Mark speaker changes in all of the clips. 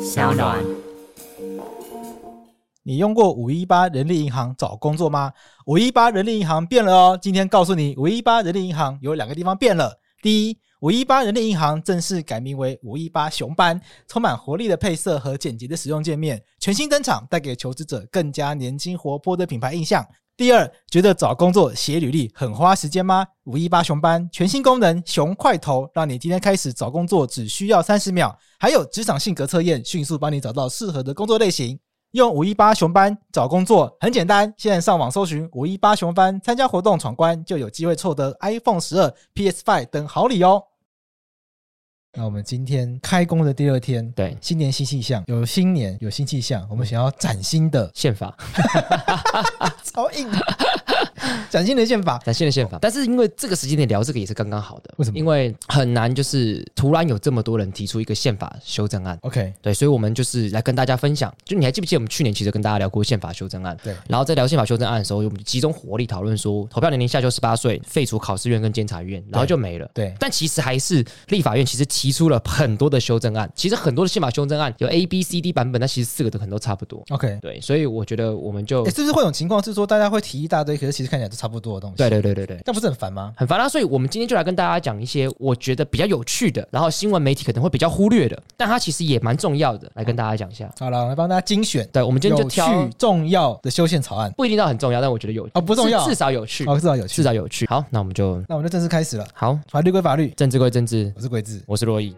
Speaker 1: 小暖。
Speaker 2: 你用过五一八人力银行找工作吗？五一八人力银行变了哦！今天告诉你，五一八人力银行有两个地方变了。第一，五一八人力银行正式改名为五一八熊班，充满活力的配色和简洁的使用界面，全新登场，带给求职者更加年轻活泼的品牌印象。第二，觉得找工作写履历很花时间吗？五一八熊班全新功能“熊快投”，让你今天开始找工作只需要三十秒，还有职场性格测验，迅速帮你找到适合的工作类型。用五一八熊班找工作很简单，现在上网搜寻五一八熊班，参加活动闯关就有机会获得 iPhone 十二、PS Five 等好礼哦。那我们今天开工的第二天，
Speaker 1: 对
Speaker 2: 新年新气象，有新年有新气象，我们想要崭新的
Speaker 1: 宪法，
Speaker 2: 超硬，崭新的宪法，
Speaker 1: 崭新的宪法。但是因为这个时间点聊这个也是刚刚好的，
Speaker 2: 为什么
Speaker 1: 因为很难，就是突然有这么多人提出一个宪法修正案。
Speaker 2: OK，
Speaker 1: 对，所以，我们就是来跟大家分享。就你还记不记得我们去年其实跟大家聊过宪法修正案？
Speaker 2: 对
Speaker 1: 然后在聊宪法修正案的时候，我们就集中火力讨论说，投票年龄下修十八岁，废除考试院跟监察院，然后就没了。
Speaker 2: 对
Speaker 1: 但其实还是立法院其实提出了很多的修正案，其实很多的宪法修正案有 A、B、C、D 版本，但其实四个都可能都差不多。
Speaker 2: OK，
Speaker 1: 对，所以我觉得我们就、
Speaker 2: 哎诶是不是会有种情况是说大家会提一大堆，可是其实看起来都差不多的东西？
Speaker 1: 对，对对对对。
Speaker 2: 但不是很烦吗？
Speaker 1: 很烦啊，所以我们今天就来跟大家讲一些我觉得比较有趣的，然后新闻媒体可能会比较忽略的，但它其实也蛮重要的，来跟大家讲一下。
Speaker 2: 好了，我来帮大家精选
Speaker 1: 对，我们今天就
Speaker 2: 有
Speaker 1: 挑
Speaker 2: 趣重要的修宪草案，
Speaker 1: 不一定到很重要，但我觉得有
Speaker 2: 哦不重要哦
Speaker 1: 至至少有趣，
Speaker 2: 好，至少有
Speaker 1: 至
Speaker 2: 趣。
Speaker 1: 少有趣。好，那我们就
Speaker 2: 那我们就正式开始了，
Speaker 1: 好，
Speaker 2: 法律归法律，
Speaker 1: 政治归政治，
Speaker 2: 我是鬼子。
Speaker 1: 我是洛伊。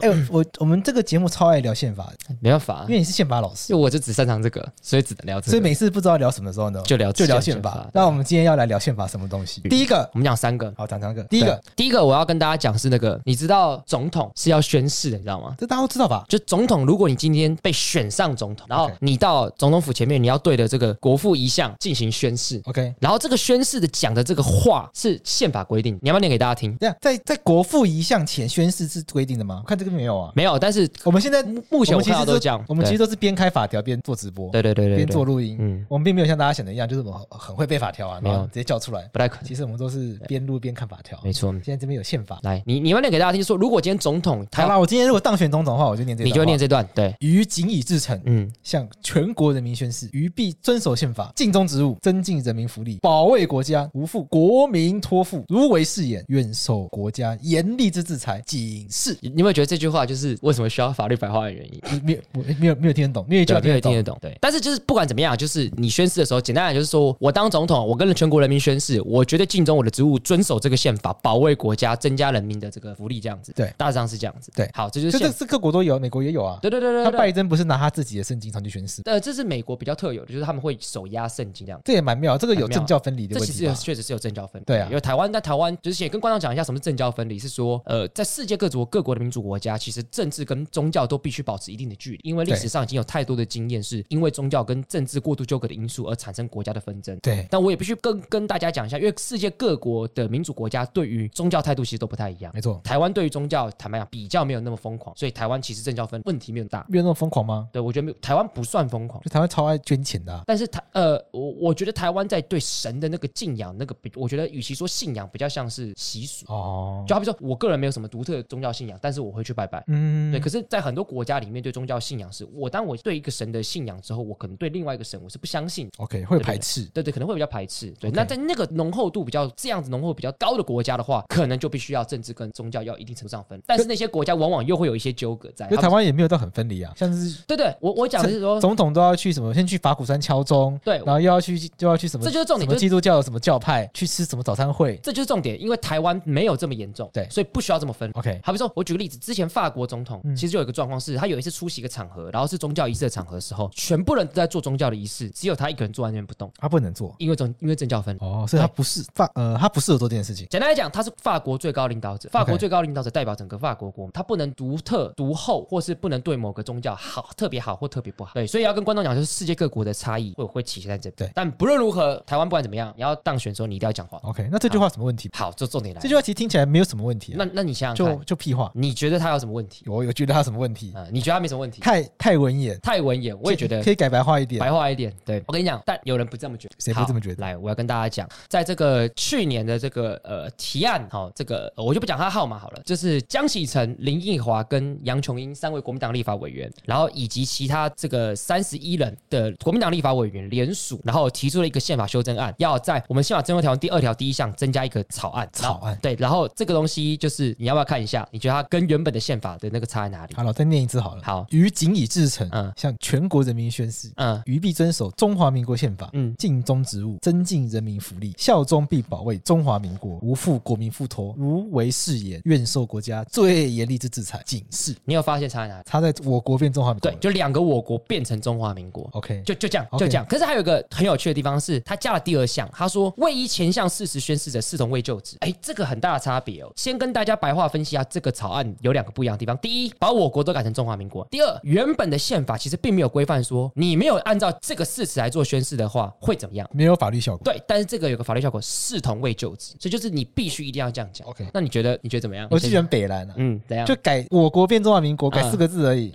Speaker 1: 哦
Speaker 2: 哎、我我们这个节目超爱聊宪法的，
Speaker 1: 没办法
Speaker 2: 因，为你是宪法老师，
Speaker 1: 因为我就只擅长这个，所以只能聊这个。
Speaker 2: 所以每次不知道聊什么的时候呢，
Speaker 1: 就聊
Speaker 2: 就聊
Speaker 1: 宪
Speaker 2: 宪
Speaker 1: 法
Speaker 2: 法
Speaker 1: 对。
Speaker 2: 那我们今天要来聊宪法什么东西？第一个，
Speaker 1: 我们讲三个，
Speaker 2: 好，讲三个。第一个
Speaker 1: 对，，第一个我要跟大家讲是那个，你知道总统是要宣誓的，你知道吗？
Speaker 2: 这大家都知道吧？
Speaker 1: 就总统，如果你今天被选上总统，然后
Speaker 2: OK
Speaker 1: 你到总统府前面，你要对着这个国父遗像进行宣誓，
Speaker 2: OK，
Speaker 1: 然后这个宣誓的讲的这个话是宪法规定，你要不要念给大家听？
Speaker 2: 这样在在国父遗像前宣誓是规定的吗？我看这个没有啊。
Speaker 1: 没有，但是
Speaker 2: 我们现在
Speaker 1: 目前我
Speaker 2: 我们其
Speaker 1: 看到
Speaker 2: 实
Speaker 1: 都
Speaker 2: 都
Speaker 1: 是这样，
Speaker 2: 我们其实
Speaker 1: 对
Speaker 2: 都是边开法条边做直播，
Speaker 1: 对对对对，
Speaker 2: 边
Speaker 1: 对
Speaker 2: 做录音。
Speaker 1: 嗯
Speaker 2: 我们并没有像大家想的一样，就是我们很很会背法条啊，
Speaker 1: 没有
Speaker 2: 然后直接叫出来。
Speaker 1: 不太可能，
Speaker 2: 其实我们都是边录边看法条。
Speaker 1: 没错。
Speaker 2: 现在这边有宪法。
Speaker 1: 来，你你要不要念给大家听说，如果今天总统他
Speaker 2: 好
Speaker 1: 要，
Speaker 2: 啦，我今天如果当选总统的话，我就念这段
Speaker 1: 你
Speaker 2: 话。
Speaker 1: 就念这段，对，
Speaker 2: 于谨以至诚，
Speaker 1: 嗯，
Speaker 2: 向全国人民宣誓，于必遵守宪法，尽忠职务，增进人民福利，保卫国家，无负国民托付。如为誓言，愿受国家严厉之制裁。警示。
Speaker 1: 你你有没有觉得这句话就是为什么需要法律白话的原因？
Speaker 2: 没有，我没有，没有听得懂，没有一句话
Speaker 1: 对
Speaker 2: 听
Speaker 1: 没有听
Speaker 2: 得懂
Speaker 1: 得。懂，对。但是就是不管怎么样，就是你宣誓的时候，简单来就是说我当总统，我跟全国人民宣誓，我绝对尽忠我的职务，遵守这个宪法，保卫国家，增加人民的这个福利，这样子。
Speaker 2: 对
Speaker 1: 大致上是这样子。
Speaker 2: 对
Speaker 1: 好，这就
Speaker 2: 就是这
Speaker 1: 宪。
Speaker 2: 是各国都有，美国也有啊。
Speaker 1: 对对对
Speaker 2: 他
Speaker 1: 对
Speaker 2: 拜
Speaker 1: 对。
Speaker 2: 登不是拿他自己的圣经上去宣誓，
Speaker 1: 呃，这是美国比较特有的，就是他们会手压圣经这样。
Speaker 2: 这也蛮妙。这个有
Speaker 1: 很妙
Speaker 2: 政教分离的
Speaker 1: 这
Speaker 2: 问
Speaker 1: 其实
Speaker 2: 题
Speaker 1: 有
Speaker 2: 吧。
Speaker 1: 确实是有政教分离，
Speaker 2: 对啊
Speaker 1: 因为台湾在台湾就是也跟观众讲一下什么是政教分离，是说呃，在世界各国各国的民主国家，其实政治跟宗教都必须保持一定的距离，因为历
Speaker 2: 对
Speaker 1: 史上已经有太多的经验是因为宗教跟政治过度纠葛的因素而产生国家的纷争。
Speaker 2: 对
Speaker 1: 但我也必须跟跟大家讲一下，因为世界各国的民主国家对于宗教态度其实都不太一样
Speaker 2: 没。错，
Speaker 1: 台湾对于宗教，坦白讲比较没有那么疯狂，所以台湾其实政教分问题没有大。
Speaker 2: 没有那么疯狂吗？
Speaker 1: 对我觉得没有，台湾不算疯狂。
Speaker 2: 就台湾超爱捐钱的啊、
Speaker 1: 但是台呃，我我觉得台湾在对神的那个敬仰，那个比我觉得与其说信仰，比较像是习俗。
Speaker 2: 哦，
Speaker 1: 就好比说，我个人没有什么独特的宗教信仰，但是我会去拜拜。
Speaker 2: 嗯
Speaker 1: 对，可是，在很多国家里面，对宗教信仰是我当我对一个神的信仰之后，我可能对另外一个神我是不相信。
Speaker 2: ，OK，会排斥。
Speaker 1: 对对，可能会比较排斥。对
Speaker 2: OK
Speaker 1: 那在那个浓厚度比较这样子浓厚比较高的国家的话，可能就必须要政治跟宗教要一定程度上分。但是那些国家往往又会有一些纠葛在。
Speaker 2: 因为
Speaker 1: 哎他
Speaker 2: 台
Speaker 1: 们哦
Speaker 2: 湾也没有到很分离啊，像是
Speaker 1: 对对，我我讲的是说，
Speaker 2: 总统都要去什么，先去法鼓山敲钟，
Speaker 1: 对
Speaker 2: 然后又要去就要去什么，
Speaker 1: 哎这就是重
Speaker 2: 什
Speaker 1: 点，
Speaker 2: 么
Speaker 1: 就是
Speaker 2: 基督教什么教派，去吃什么早餐会
Speaker 1: 这就是重点，因为台湾没有这么严重，
Speaker 2: 对
Speaker 1: 所以不需要这么分。
Speaker 2: ，OK，
Speaker 1: 好比说，我举个例子，之前法国总统其实就有一个状况是，他有一次出席一个场合，然后是宗教仪式的场合的时候，全部人都在做宗教的仪式，只有他一个人坐在那边不动，
Speaker 2: 他不能做
Speaker 1: 因为宗因为政教分离。
Speaker 2: 哦，所以他不是法呃，他不适合做这件事情。
Speaker 1: 简单来讲，他是法国最高领导者，法国
Speaker 2: OK
Speaker 1: 最高领导者代表整个法国国，他不能独特、独厚，或是不能对某个宗教好特别好或特别不好。对，所以要跟观众讲，就是世界各国的差异会会体现在这边
Speaker 2: 对。
Speaker 1: 但不论如何，台湾不管怎么样，你要当选的时候，你一定要讲话。
Speaker 2: OK，那这句话什么问题？
Speaker 1: 哦好，这重点来
Speaker 2: 这
Speaker 1: 了。
Speaker 2: 句话其实听起来没有什么问题啊，
Speaker 1: 哎那那你想想看嗯
Speaker 2: 就，就屁话。
Speaker 1: 你觉得他有有什么问题？
Speaker 2: 我有觉得他有什么问题？
Speaker 1: 啊、你觉得他没什么问题？
Speaker 2: 太太文言，
Speaker 1: 太文言，我也觉得
Speaker 2: 可以改白话一点。
Speaker 1: 白话一点。对我跟你讲，但有人不这么觉得，
Speaker 2: 谁不
Speaker 1: 好
Speaker 2: 这么觉得
Speaker 1: 来，我要跟大家讲，在这个去年的这个呃提案，好、这个、呃我就不讲他号码好了，就是江启臣、林奕华跟杨琼英三位国民党立法委员，然后以及其他这个三十一人的国民党立法委员联署，然后提出了一个宪法修正案，要在我们宪法增修条文第二条第一项增加一个草案。
Speaker 2: 草案
Speaker 1: 然后对，然后这个东西就是你要不要看一下？你觉得它跟原本的宪法的那个差在哪里？
Speaker 2: 好了，再念一次好了。
Speaker 1: 好
Speaker 2: 于谨以至诚，
Speaker 1: 嗯
Speaker 2: 向全国人民宣誓，
Speaker 1: 嗯
Speaker 2: 于必遵守中华民国宪法，
Speaker 1: 嗯
Speaker 2: 尽忠职务，增进人民福利，效忠必保卫中华民国，无负国民付托，无为誓言，愿受国家最严厉之制裁。警示，
Speaker 1: 你有发现差在哪里？
Speaker 2: 他在我国变中华民国
Speaker 1: 对
Speaker 2: 了。，
Speaker 1: 就两个我国变成中华民国。
Speaker 2: OK，
Speaker 1: 就就这样，
Speaker 2: OK
Speaker 1: 就这样。可是还有一个很有趣的地方是，他加了第二项，他说未依前项事实宣誓者，视同未就职。哎，这个很大的差别哦。先跟大家白话分析一下这个草案有两个不一样的地方：第一，把我国都改成中华民国；第二，原本的宪法其实并没有规范说，你没有按照这个事实来做宣誓的话会怎么样。
Speaker 2: 没有法律效果。
Speaker 1: 对，但是这个有个法律效果，视同未就职，所以就是你必须一定要这样讲。
Speaker 2: OK
Speaker 1: 那你觉得你觉得怎么样？
Speaker 2: 我是
Speaker 1: 你觉
Speaker 2: 喜
Speaker 1: 得
Speaker 2: 欢北兰啊，
Speaker 1: 嗯，怎样？
Speaker 2: 就改我国变中华民国，改
Speaker 1: 嗯
Speaker 2: 四个字而已。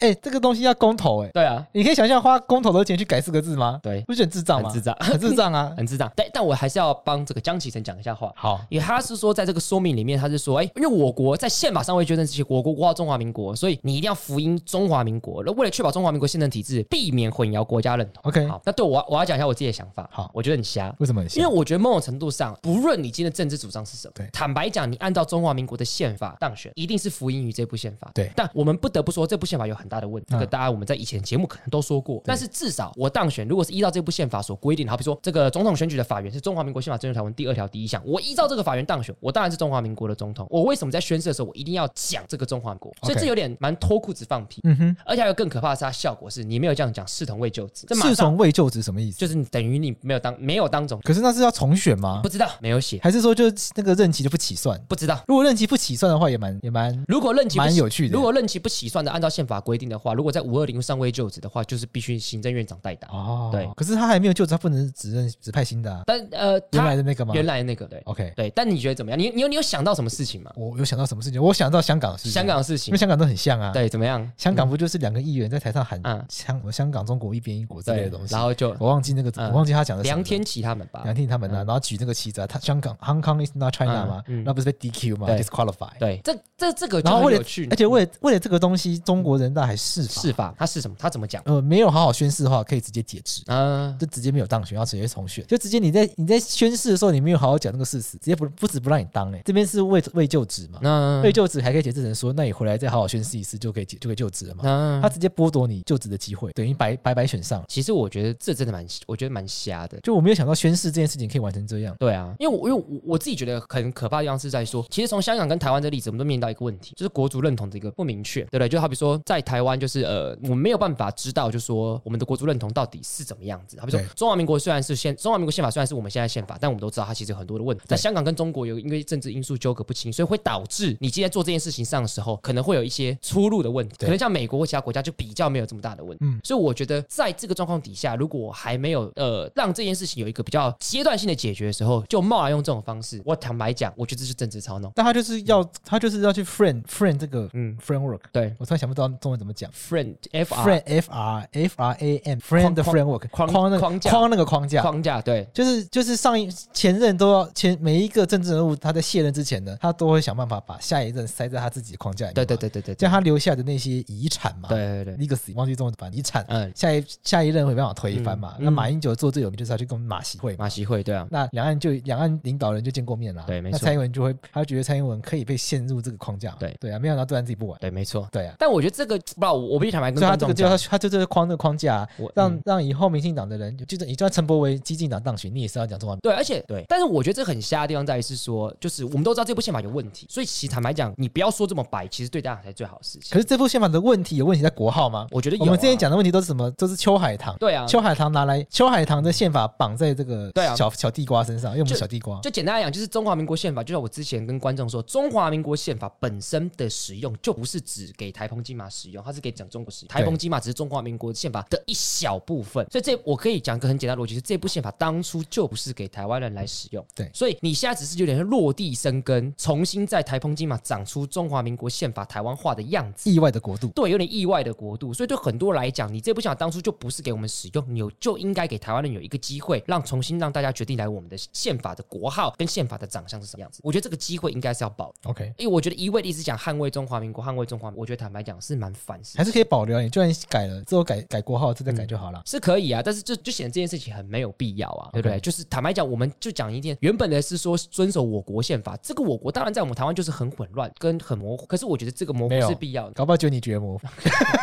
Speaker 2: 哎，这个东西要公投哎，
Speaker 1: 对啊，
Speaker 2: 你可以想象花公投的钱去改四个字吗？
Speaker 1: 对
Speaker 2: 不是很智障
Speaker 1: 很
Speaker 2: 吗？
Speaker 1: 智障，
Speaker 2: 很智障啊！
Speaker 1: 很智障。但但我还是要帮这个江启臣讲一下话。
Speaker 2: 好，
Speaker 1: 因为他是说，在这个说明里面，他是说，哎、因为我国在宪法上未确认之前，我国国号中华民国，所以你一定要福音中华民国。那为了确保中华民国宪政体制，避免混淆国家认同。
Speaker 2: OK
Speaker 1: 好，那对我要我要讲一下我自己的想法。
Speaker 2: 好
Speaker 1: 我觉得很瞎。
Speaker 2: 为什么很
Speaker 1: 因为
Speaker 2: 像？
Speaker 1: 我觉得某种程度上，不论你今天的政治主张是什么
Speaker 2: 对，
Speaker 1: 坦白讲，你按照中华民国的宪法当选，一定是服膺于这部宪法。
Speaker 2: 对
Speaker 1: 但我们不得不说，这部宪法有很大的问题。
Speaker 2: 嗯
Speaker 1: 这个大家我们在以前节目可能都说过，但是至少我当选，如果是依照这部宪法所规定，好比说这个总统选举的法源是中华民国宪法征修条文第二条第一项，我依照这个法源当选，我当然是中华民国的总统。我为什么在宣誓的时候，我一定要讲这个中华民国？所以
Speaker 2: OK
Speaker 1: 这有点蛮脱裤子放屁。
Speaker 2: 嗯哼，
Speaker 1: 而且还有更可怕的是，它效果是你没有这样讲，视同未就职，这马
Speaker 2: 侍
Speaker 1: 上
Speaker 2: 从未就职什么意思？
Speaker 1: 就是你等于你没有当没有当总，
Speaker 2: 可是那是要重选吗
Speaker 1: 不？知道没有写。
Speaker 2: 还是说就是那个任期就不起算？
Speaker 1: 不知道。
Speaker 2: 如果任期不起算的话，也蛮也蛮
Speaker 1: 如果任期不
Speaker 2: 蛮
Speaker 1: 起
Speaker 2: 有趣的
Speaker 1: 如果任期不起算的，按照宪法规定的话，如果在五二零上位就职的话，就是必须行政院长代打。
Speaker 2: 哦
Speaker 1: 对
Speaker 2: 可是他还没有就职，他不能指认指派新的、啊，
Speaker 1: 但呃，
Speaker 2: 原
Speaker 1: 他
Speaker 2: 来的那个吗？
Speaker 1: 原来那个对
Speaker 2: OK，
Speaker 1: 对，但你觉得怎么样？你你有你有想到什么事情吗？
Speaker 2: 我有想到什么事情？我想到香港的事情，
Speaker 1: 香港的事
Speaker 2: 因
Speaker 1: 情
Speaker 2: 为，香港都很像啊。，
Speaker 1: 对，怎么样？
Speaker 2: 香港不就是两个议员在台上喊
Speaker 1: 嗯
Speaker 2: 香、我香港中国一边一国之类
Speaker 1: 对
Speaker 2: 的东，西？
Speaker 1: 然后就
Speaker 2: 我忘记那个，
Speaker 1: 嗯
Speaker 2: 我忘记他讲的什么
Speaker 1: 梁
Speaker 2: 了
Speaker 1: 天琪他们吧
Speaker 2: 梁，天他们呢、然后举那个旗子啊，他香港 Hong Kong is not China
Speaker 1: 嗯
Speaker 2: 嘛，
Speaker 1: 嗯
Speaker 2: 那不是被 DQ 嘛
Speaker 1: 对
Speaker 2: ，disqualify。
Speaker 1: 对，这这这个就
Speaker 2: 然后
Speaker 1: 很
Speaker 2: 为
Speaker 1: 有
Speaker 2: 了
Speaker 1: 趣，，
Speaker 2: 而且为了为了这个东西，中国人大还释法，
Speaker 1: 是吧？他是什么？他怎么讲？
Speaker 2: 呃，没有好好宣誓的话，可以直接解职，
Speaker 1: 嗯，
Speaker 2: 就直接没有当选，要直接重选，就直接你在你在宣誓的时候，你没有好好讲那个事实，直接不不止不让你当哎、这边是未未就职嘛，
Speaker 1: 那
Speaker 2: 未就职还可以解释成说，那你回来再好好宣誓一次就可以解就可以就职了嘛，
Speaker 1: 那
Speaker 2: 他直接剥夺你就职的机会，等于白白白选上了。
Speaker 1: 其实我觉得这真的蛮，我觉得蛮瞎的。
Speaker 2: 就我没有想到宣誓这件事情可以完成这样，
Speaker 1: 对啊，因为我因为我我自己觉得很可怕的地方是在说，其实从香港跟台湾这例子，我们都面临到一个问题，就是国族认同的一个不明确，对不对？就好比说在台湾，就是呃，我们没有办法知道，就说我们的国族认同到底是怎么样子。好比说
Speaker 2: 对
Speaker 1: 中华民国虽然是宪，中华民国宪法虽然是我们现在宪法，但我们都知道它其实有很多的问题。在香港跟中国有因为政治因素纠葛不清，所以会导致你今天做这件事情上的时候，可能会有一些出入的问题。
Speaker 2: 对
Speaker 1: 可能像美国或其他国家就比较没有这么大的问题。
Speaker 2: 嗯
Speaker 1: 所以我觉得在这个状况底下，如果还没有呃让这件事情有一个比较阶段性的解决的时候，就贸然用这种方式，我坦白讲，我觉得这是政治操弄。
Speaker 2: 但他就是要他就是要去 friend friend 这个
Speaker 1: 嗯，
Speaker 2: framework，
Speaker 1: 对
Speaker 2: 我突然想不到中文怎么讲。
Speaker 1: ，friend F R
Speaker 2: friend f r f r a m friend 的
Speaker 1: 框
Speaker 2: framework
Speaker 1: 框
Speaker 2: 那个
Speaker 1: 框架
Speaker 2: 框那个框架，
Speaker 1: 框架，对
Speaker 2: 就是就是上一前任都要前每一个政治人物他在卸任之前呢，他都会想办法把下一任塞在他自己的框架里面嘛，
Speaker 1: 对对对对对
Speaker 2: 这
Speaker 1: 对
Speaker 2: 样他留下的那些遗产嘛，
Speaker 1: 对对对，
Speaker 2: legacy 忘记中文版遗产，
Speaker 1: 嗯，
Speaker 2: 下一下一任会没办法推翻嘛。
Speaker 1: 嗯
Speaker 2: 那马英九做最有名就是他去跟马习会嘛。
Speaker 1: 马习会，对啊，
Speaker 2: 那两岸就两岸领导人就见过面啦，
Speaker 1: 对没
Speaker 2: 那
Speaker 1: 错
Speaker 2: 蔡英文就会，他就觉得蔡英文可以被陷入这个框架嘛，
Speaker 1: 对
Speaker 2: 对啊，没想到突然自己不玩，
Speaker 1: 对，没错。
Speaker 2: 对啊，
Speaker 1: 但我觉得这个不知道，我我必须坦白跟
Speaker 2: 所以他
Speaker 1: 观
Speaker 2: 这个
Speaker 1: 众
Speaker 2: 就要
Speaker 1: 讲，嗯
Speaker 2: 他就这个框这个框架啊，
Speaker 1: 我
Speaker 2: 让让以后民进党的人，就算你就算陈柏惟激进党当选，你也是要讲中华民
Speaker 1: 对，而且对，但是我觉得这很瞎的地方在于是说，就是我们都知道这部宪法有问题，所以其实坦白讲，你不要说这么白，其实对大家才是最好的事情。
Speaker 2: 可是这部宪法的问题有问题在国号吗？
Speaker 1: 我觉得有、啊
Speaker 2: 我们之前，讲的问题都是什么？都是秋海棠，
Speaker 1: 对啊，
Speaker 2: 秋海棠拿来，秋海棠的宪法绑在这个
Speaker 1: 对啊
Speaker 2: 小小地瓜身上，因为我们
Speaker 1: 就
Speaker 2: 小地瓜，
Speaker 1: 就简单来讲，就是中华民国宪法，就像我之前跟观众说，中华民国宪法本身的使用就不是只给台澎金马使用，它是给整中国使用。台澎金马只是中华民国宪法的一小部分，所以这我可以讲一个很简单的逻辑，是这部宪法当初就不是给台湾人来使用。
Speaker 2: 对
Speaker 1: 所以你现在只是有点像落地生根，重新在台澎金马长出中华民国宪法台湾化的样子。
Speaker 2: 意外的国度。
Speaker 1: 对，有点意外的国度，所以对很多来讲，你这部想当初就不是给我们使用，你有就应该给台湾人有一个机会，让重新让大家决定来我们的宪法的国号跟宪法的长相是什么样子。我觉得这个机会应该是要保的，
Speaker 2: OK，
Speaker 1: 因为我觉得一味地一直讲捍卫中华民国，捍卫中华民国，我觉得坦白讲是蛮烦死的
Speaker 2: 还。是可以保留啊。你就算改了之后改改国号，这
Speaker 1: 嗯
Speaker 2: 再改就好了。
Speaker 1: 是可以啊，但是就就显得这件事情很没有必要啊，对
Speaker 2: OK
Speaker 1: 不对？就是坦白讲，我们就讲一件，原本的是说遵守我国宪法，这个我国当然在我们台湾就是很混乱跟很模糊，可是我觉得这个模糊
Speaker 2: 没有
Speaker 1: 是必要的。
Speaker 2: 搞不好就你觉得模 糊。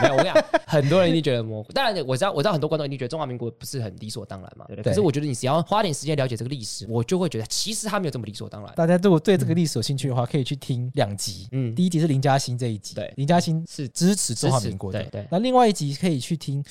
Speaker 1: 没有，我跟你讲，很多人一定觉得模糊。当然，我知道，我知道很多观众一定觉得中华民国不是很理所当然嘛，对不对？
Speaker 2: 对
Speaker 1: 可是我觉得你只要花点时间了解这个历史，我就会觉得其实它没有这么理所当然。
Speaker 2: 大家如果对这个历史有兴趣的话，可以去听两集。
Speaker 1: 嗯，
Speaker 2: 第一集是林嘉欣这一集，
Speaker 1: 对
Speaker 2: 林嘉欣
Speaker 1: 是
Speaker 2: 支持中华民国的
Speaker 1: 支持。对对
Speaker 2: 那另外一集可以去听，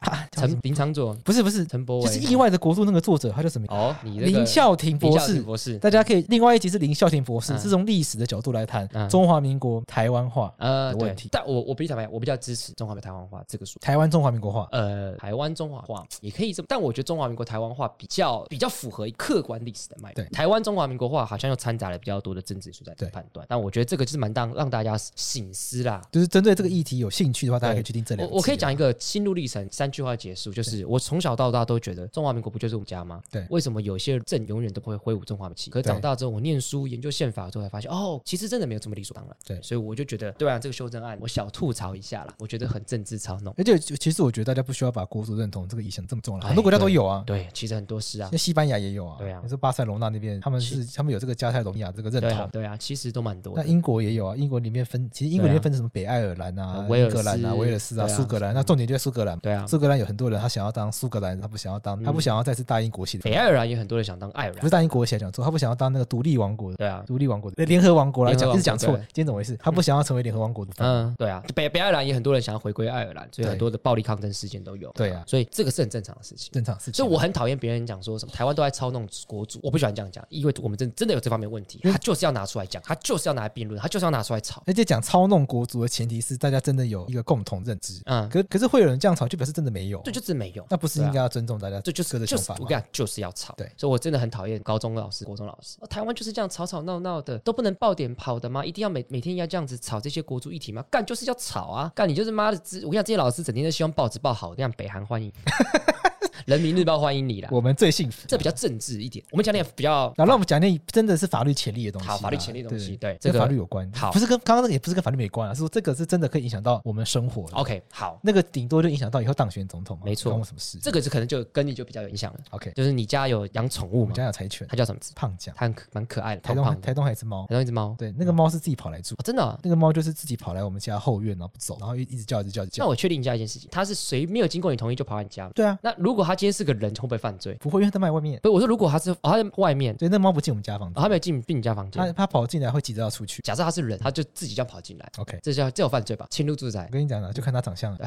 Speaker 2: 啊，叫什么
Speaker 1: 陈林长佐、
Speaker 2: 不是不是，
Speaker 1: 陈柏
Speaker 2: 就
Speaker 1: 伟，
Speaker 2: 是意外的国度那个作者，他叫什么？
Speaker 1: 哦，你这个
Speaker 2: 林孝廷博
Speaker 1: 林孝
Speaker 2: 士
Speaker 1: 廷。博士，
Speaker 2: 大家可以另外一集是林孝廷博士，
Speaker 1: 嗯
Speaker 2: 是从历史的角度来谈
Speaker 1: 嗯
Speaker 2: 中华民国台湾化、
Speaker 1: 呃
Speaker 2: 有
Speaker 1: 对
Speaker 2: 问题，
Speaker 1: 但我我比较坦白，我比较支持中华民国台湾话这个说。
Speaker 2: 台湾中华民国化。
Speaker 1: 呃，台湾中华话也可以这么，但我觉得中华民国台湾话比较比较符合客观历史的脉络
Speaker 2: 对。
Speaker 1: 台湾中华民国话好像又掺杂了比较多的政治因素在
Speaker 2: 对
Speaker 1: 判断，但我觉得这个就是蛮当让大家醒思啦。
Speaker 2: 就是针对这个议题有兴趣的话，大家可以去听这两
Speaker 1: 我
Speaker 2: 集啊。
Speaker 1: 我可以讲一个心路历程，三句话结束，就是我从小到大都觉得中华民国不就是我们家吗？
Speaker 2: 对
Speaker 1: 为什么有些镇永远都不会挥舞中华民旗？可是
Speaker 2: 对
Speaker 1: 长大之后，我念书研究宪法之后，才发现哦，其实真的没有这么理所当然。
Speaker 2: 对
Speaker 1: 所以我就觉得，对啊，这个修正案我小吐槽一下啦，我觉得很政治操弄。
Speaker 2: 而且其实我觉得大家不需要把国族认同这个影响这么重了，
Speaker 1: 哎
Speaker 2: 很多国家都有啊，
Speaker 1: 对，其实很多事啊
Speaker 2: 像，西班牙也有啊，
Speaker 1: 对啊
Speaker 2: 你说巴塞罗那那边他们是他们有这个加泰罗尼亚这个认
Speaker 1: 对啊
Speaker 2: 同，，
Speaker 1: 对啊，其实都蛮多
Speaker 2: 那
Speaker 1: 的。
Speaker 2: 英国也有啊，英国里面分其实英国里面分成什么北爱尔兰啊
Speaker 1: 呃、威尔
Speaker 2: 英格兰啊、
Speaker 1: 斯
Speaker 2: 威尔斯啊、
Speaker 1: 对啊
Speaker 2: 苏格兰，那重点就在苏格兰。
Speaker 1: 对啊，
Speaker 2: 苏格兰有很多人他想要当苏格兰，他不想要当，他不想要再是大英国系的，
Speaker 1: 嗯北爱尔兰也很多人想当爱尔
Speaker 2: 不是
Speaker 1: 兰，
Speaker 2: 大英国系讲错，他不想要当那个独立王国的。
Speaker 1: 对啊，
Speaker 2: 独立王国的联合王国来
Speaker 1: 联合
Speaker 2: 讲，一
Speaker 1: 王
Speaker 2: 直讲
Speaker 1: 国
Speaker 2: 错
Speaker 1: 对，
Speaker 2: 今天怎么回事？他不想要成为联合王国的分
Speaker 1: 嗯，对啊，北北爱尔兰也很多人想要回归爱尔兰，所以很多的暴力抗争事件都有。
Speaker 2: 对啊
Speaker 1: 所以这个是很正常的事情。
Speaker 2: 正常事情
Speaker 1: 所以。我很讨厌别人讲说什么台湾都在操弄国主，我不喜欢这样讲，因为我们真真的有这方面问题，他就是要拿出来讲，他就是要拿来辩论，他就是要拿出来吵。
Speaker 2: 而且讲操弄国族的前提是大家真的有一个共同认知，
Speaker 1: 嗯，
Speaker 2: 可可是会有人这样吵，就表示真的没有
Speaker 1: 这，就是没用。
Speaker 2: 那不是应该要尊重大家
Speaker 1: 这就是
Speaker 2: 各的
Speaker 1: 就
Speaker 2: 想
Speaker 1: 是
Speaker 2: 法
Speaker 1: 我
Speaker 2: 吗
Speaker 1: 跟？你讲，就是要吵。
Speaker 2: 对
Speaker 1: 所以我真的很讨厌高中老师、国中老师。哦台湾就是这样吵吵闹闹的，都不能爆点跑的吗？一定要每每天要这样子吵这些国族议题吗？干就是要吵啊！干你就是妈的，我跟你讲，这些老师整天都希望报纸报好，这样北韩欢迎， 人民日报欢迎你啦。
Speaker 2: 我们最幸福。
Speaker 1: 这比较政治一点，我们讲点比较
Speaker 2: 然后让我们讲点真的是法律潜力的东西啦，
Speaker 1: 好法律潜力的东西对这
Speaker 2: 跟
Speaker 1: 个
Speaker 2: 法律有关，
Speaker 1: 好
Speaker 2: 不是跟刚刚那个也不是跟法律没关啊，是说这个是真的可以影响到我们生活的，
Speaker 1: OK 好，
Speaker 2: 那个顶多就影响到以后当选总统嘛，
Speaker 1: 哦没错
Speaker 2: 关我什么事？
Speaker 1: 这个就可能就跟你就比较有影响了。
Speaker 2: OK，
Speaker 1: 就是你家有养宠物
Speaker 2: 我
Speaker 1: 吗
Speaker 2: 们？家有柴犬，
Speaker 1: 它叫什么名字？
Speaker 2: 胖酱，
Speaker 1: 它很可蛮可爱的，
Speaker 2: 台
Speaker 1: 胖
Speaker 2: 东
Speaker 1: 胖的，
Speaker 2: 台东还有一只猫，
Speaker 1: 台东一只猫。
Speaker 2: 对，那个猫是自己跑来住
Speaker 1: 哦，，真的啊、
Speaker 2: 那个猫就是自己跑来我们家后院然后不走，然后一一直叫一直叫一直
Speaker 1: 那
Speaker 2: 叫，
Speaker 1: 我确定一下一件事情，它是谁没有经过你同意就跑到你家吗？
Speaker 2: 对啊，
Speaker 1: 那如果他今天是个人，会不会犯罪？
Speaker 2: 不会，因为它在外面，
Speaker 1: 不是，我说如果他是、哦、他在外面，
Speaker 2: 对，那猫不进我们家房
Speaker 1: 然后
Speaker 2: 子，
Speaker 1: 他没有进进你家房
Speaker 2: 它
Speaker 1: 间，
Speaker 2: 它跑进来会急着要出去
Speaker 1: 假设他是人，他就自己这样跑进来，
Speaker 2: ，OK。
Speaker 1: 这叫这有犯罪吧？侵入住宅
Speaker 2: 我。跟你讲了，就看他长相 了。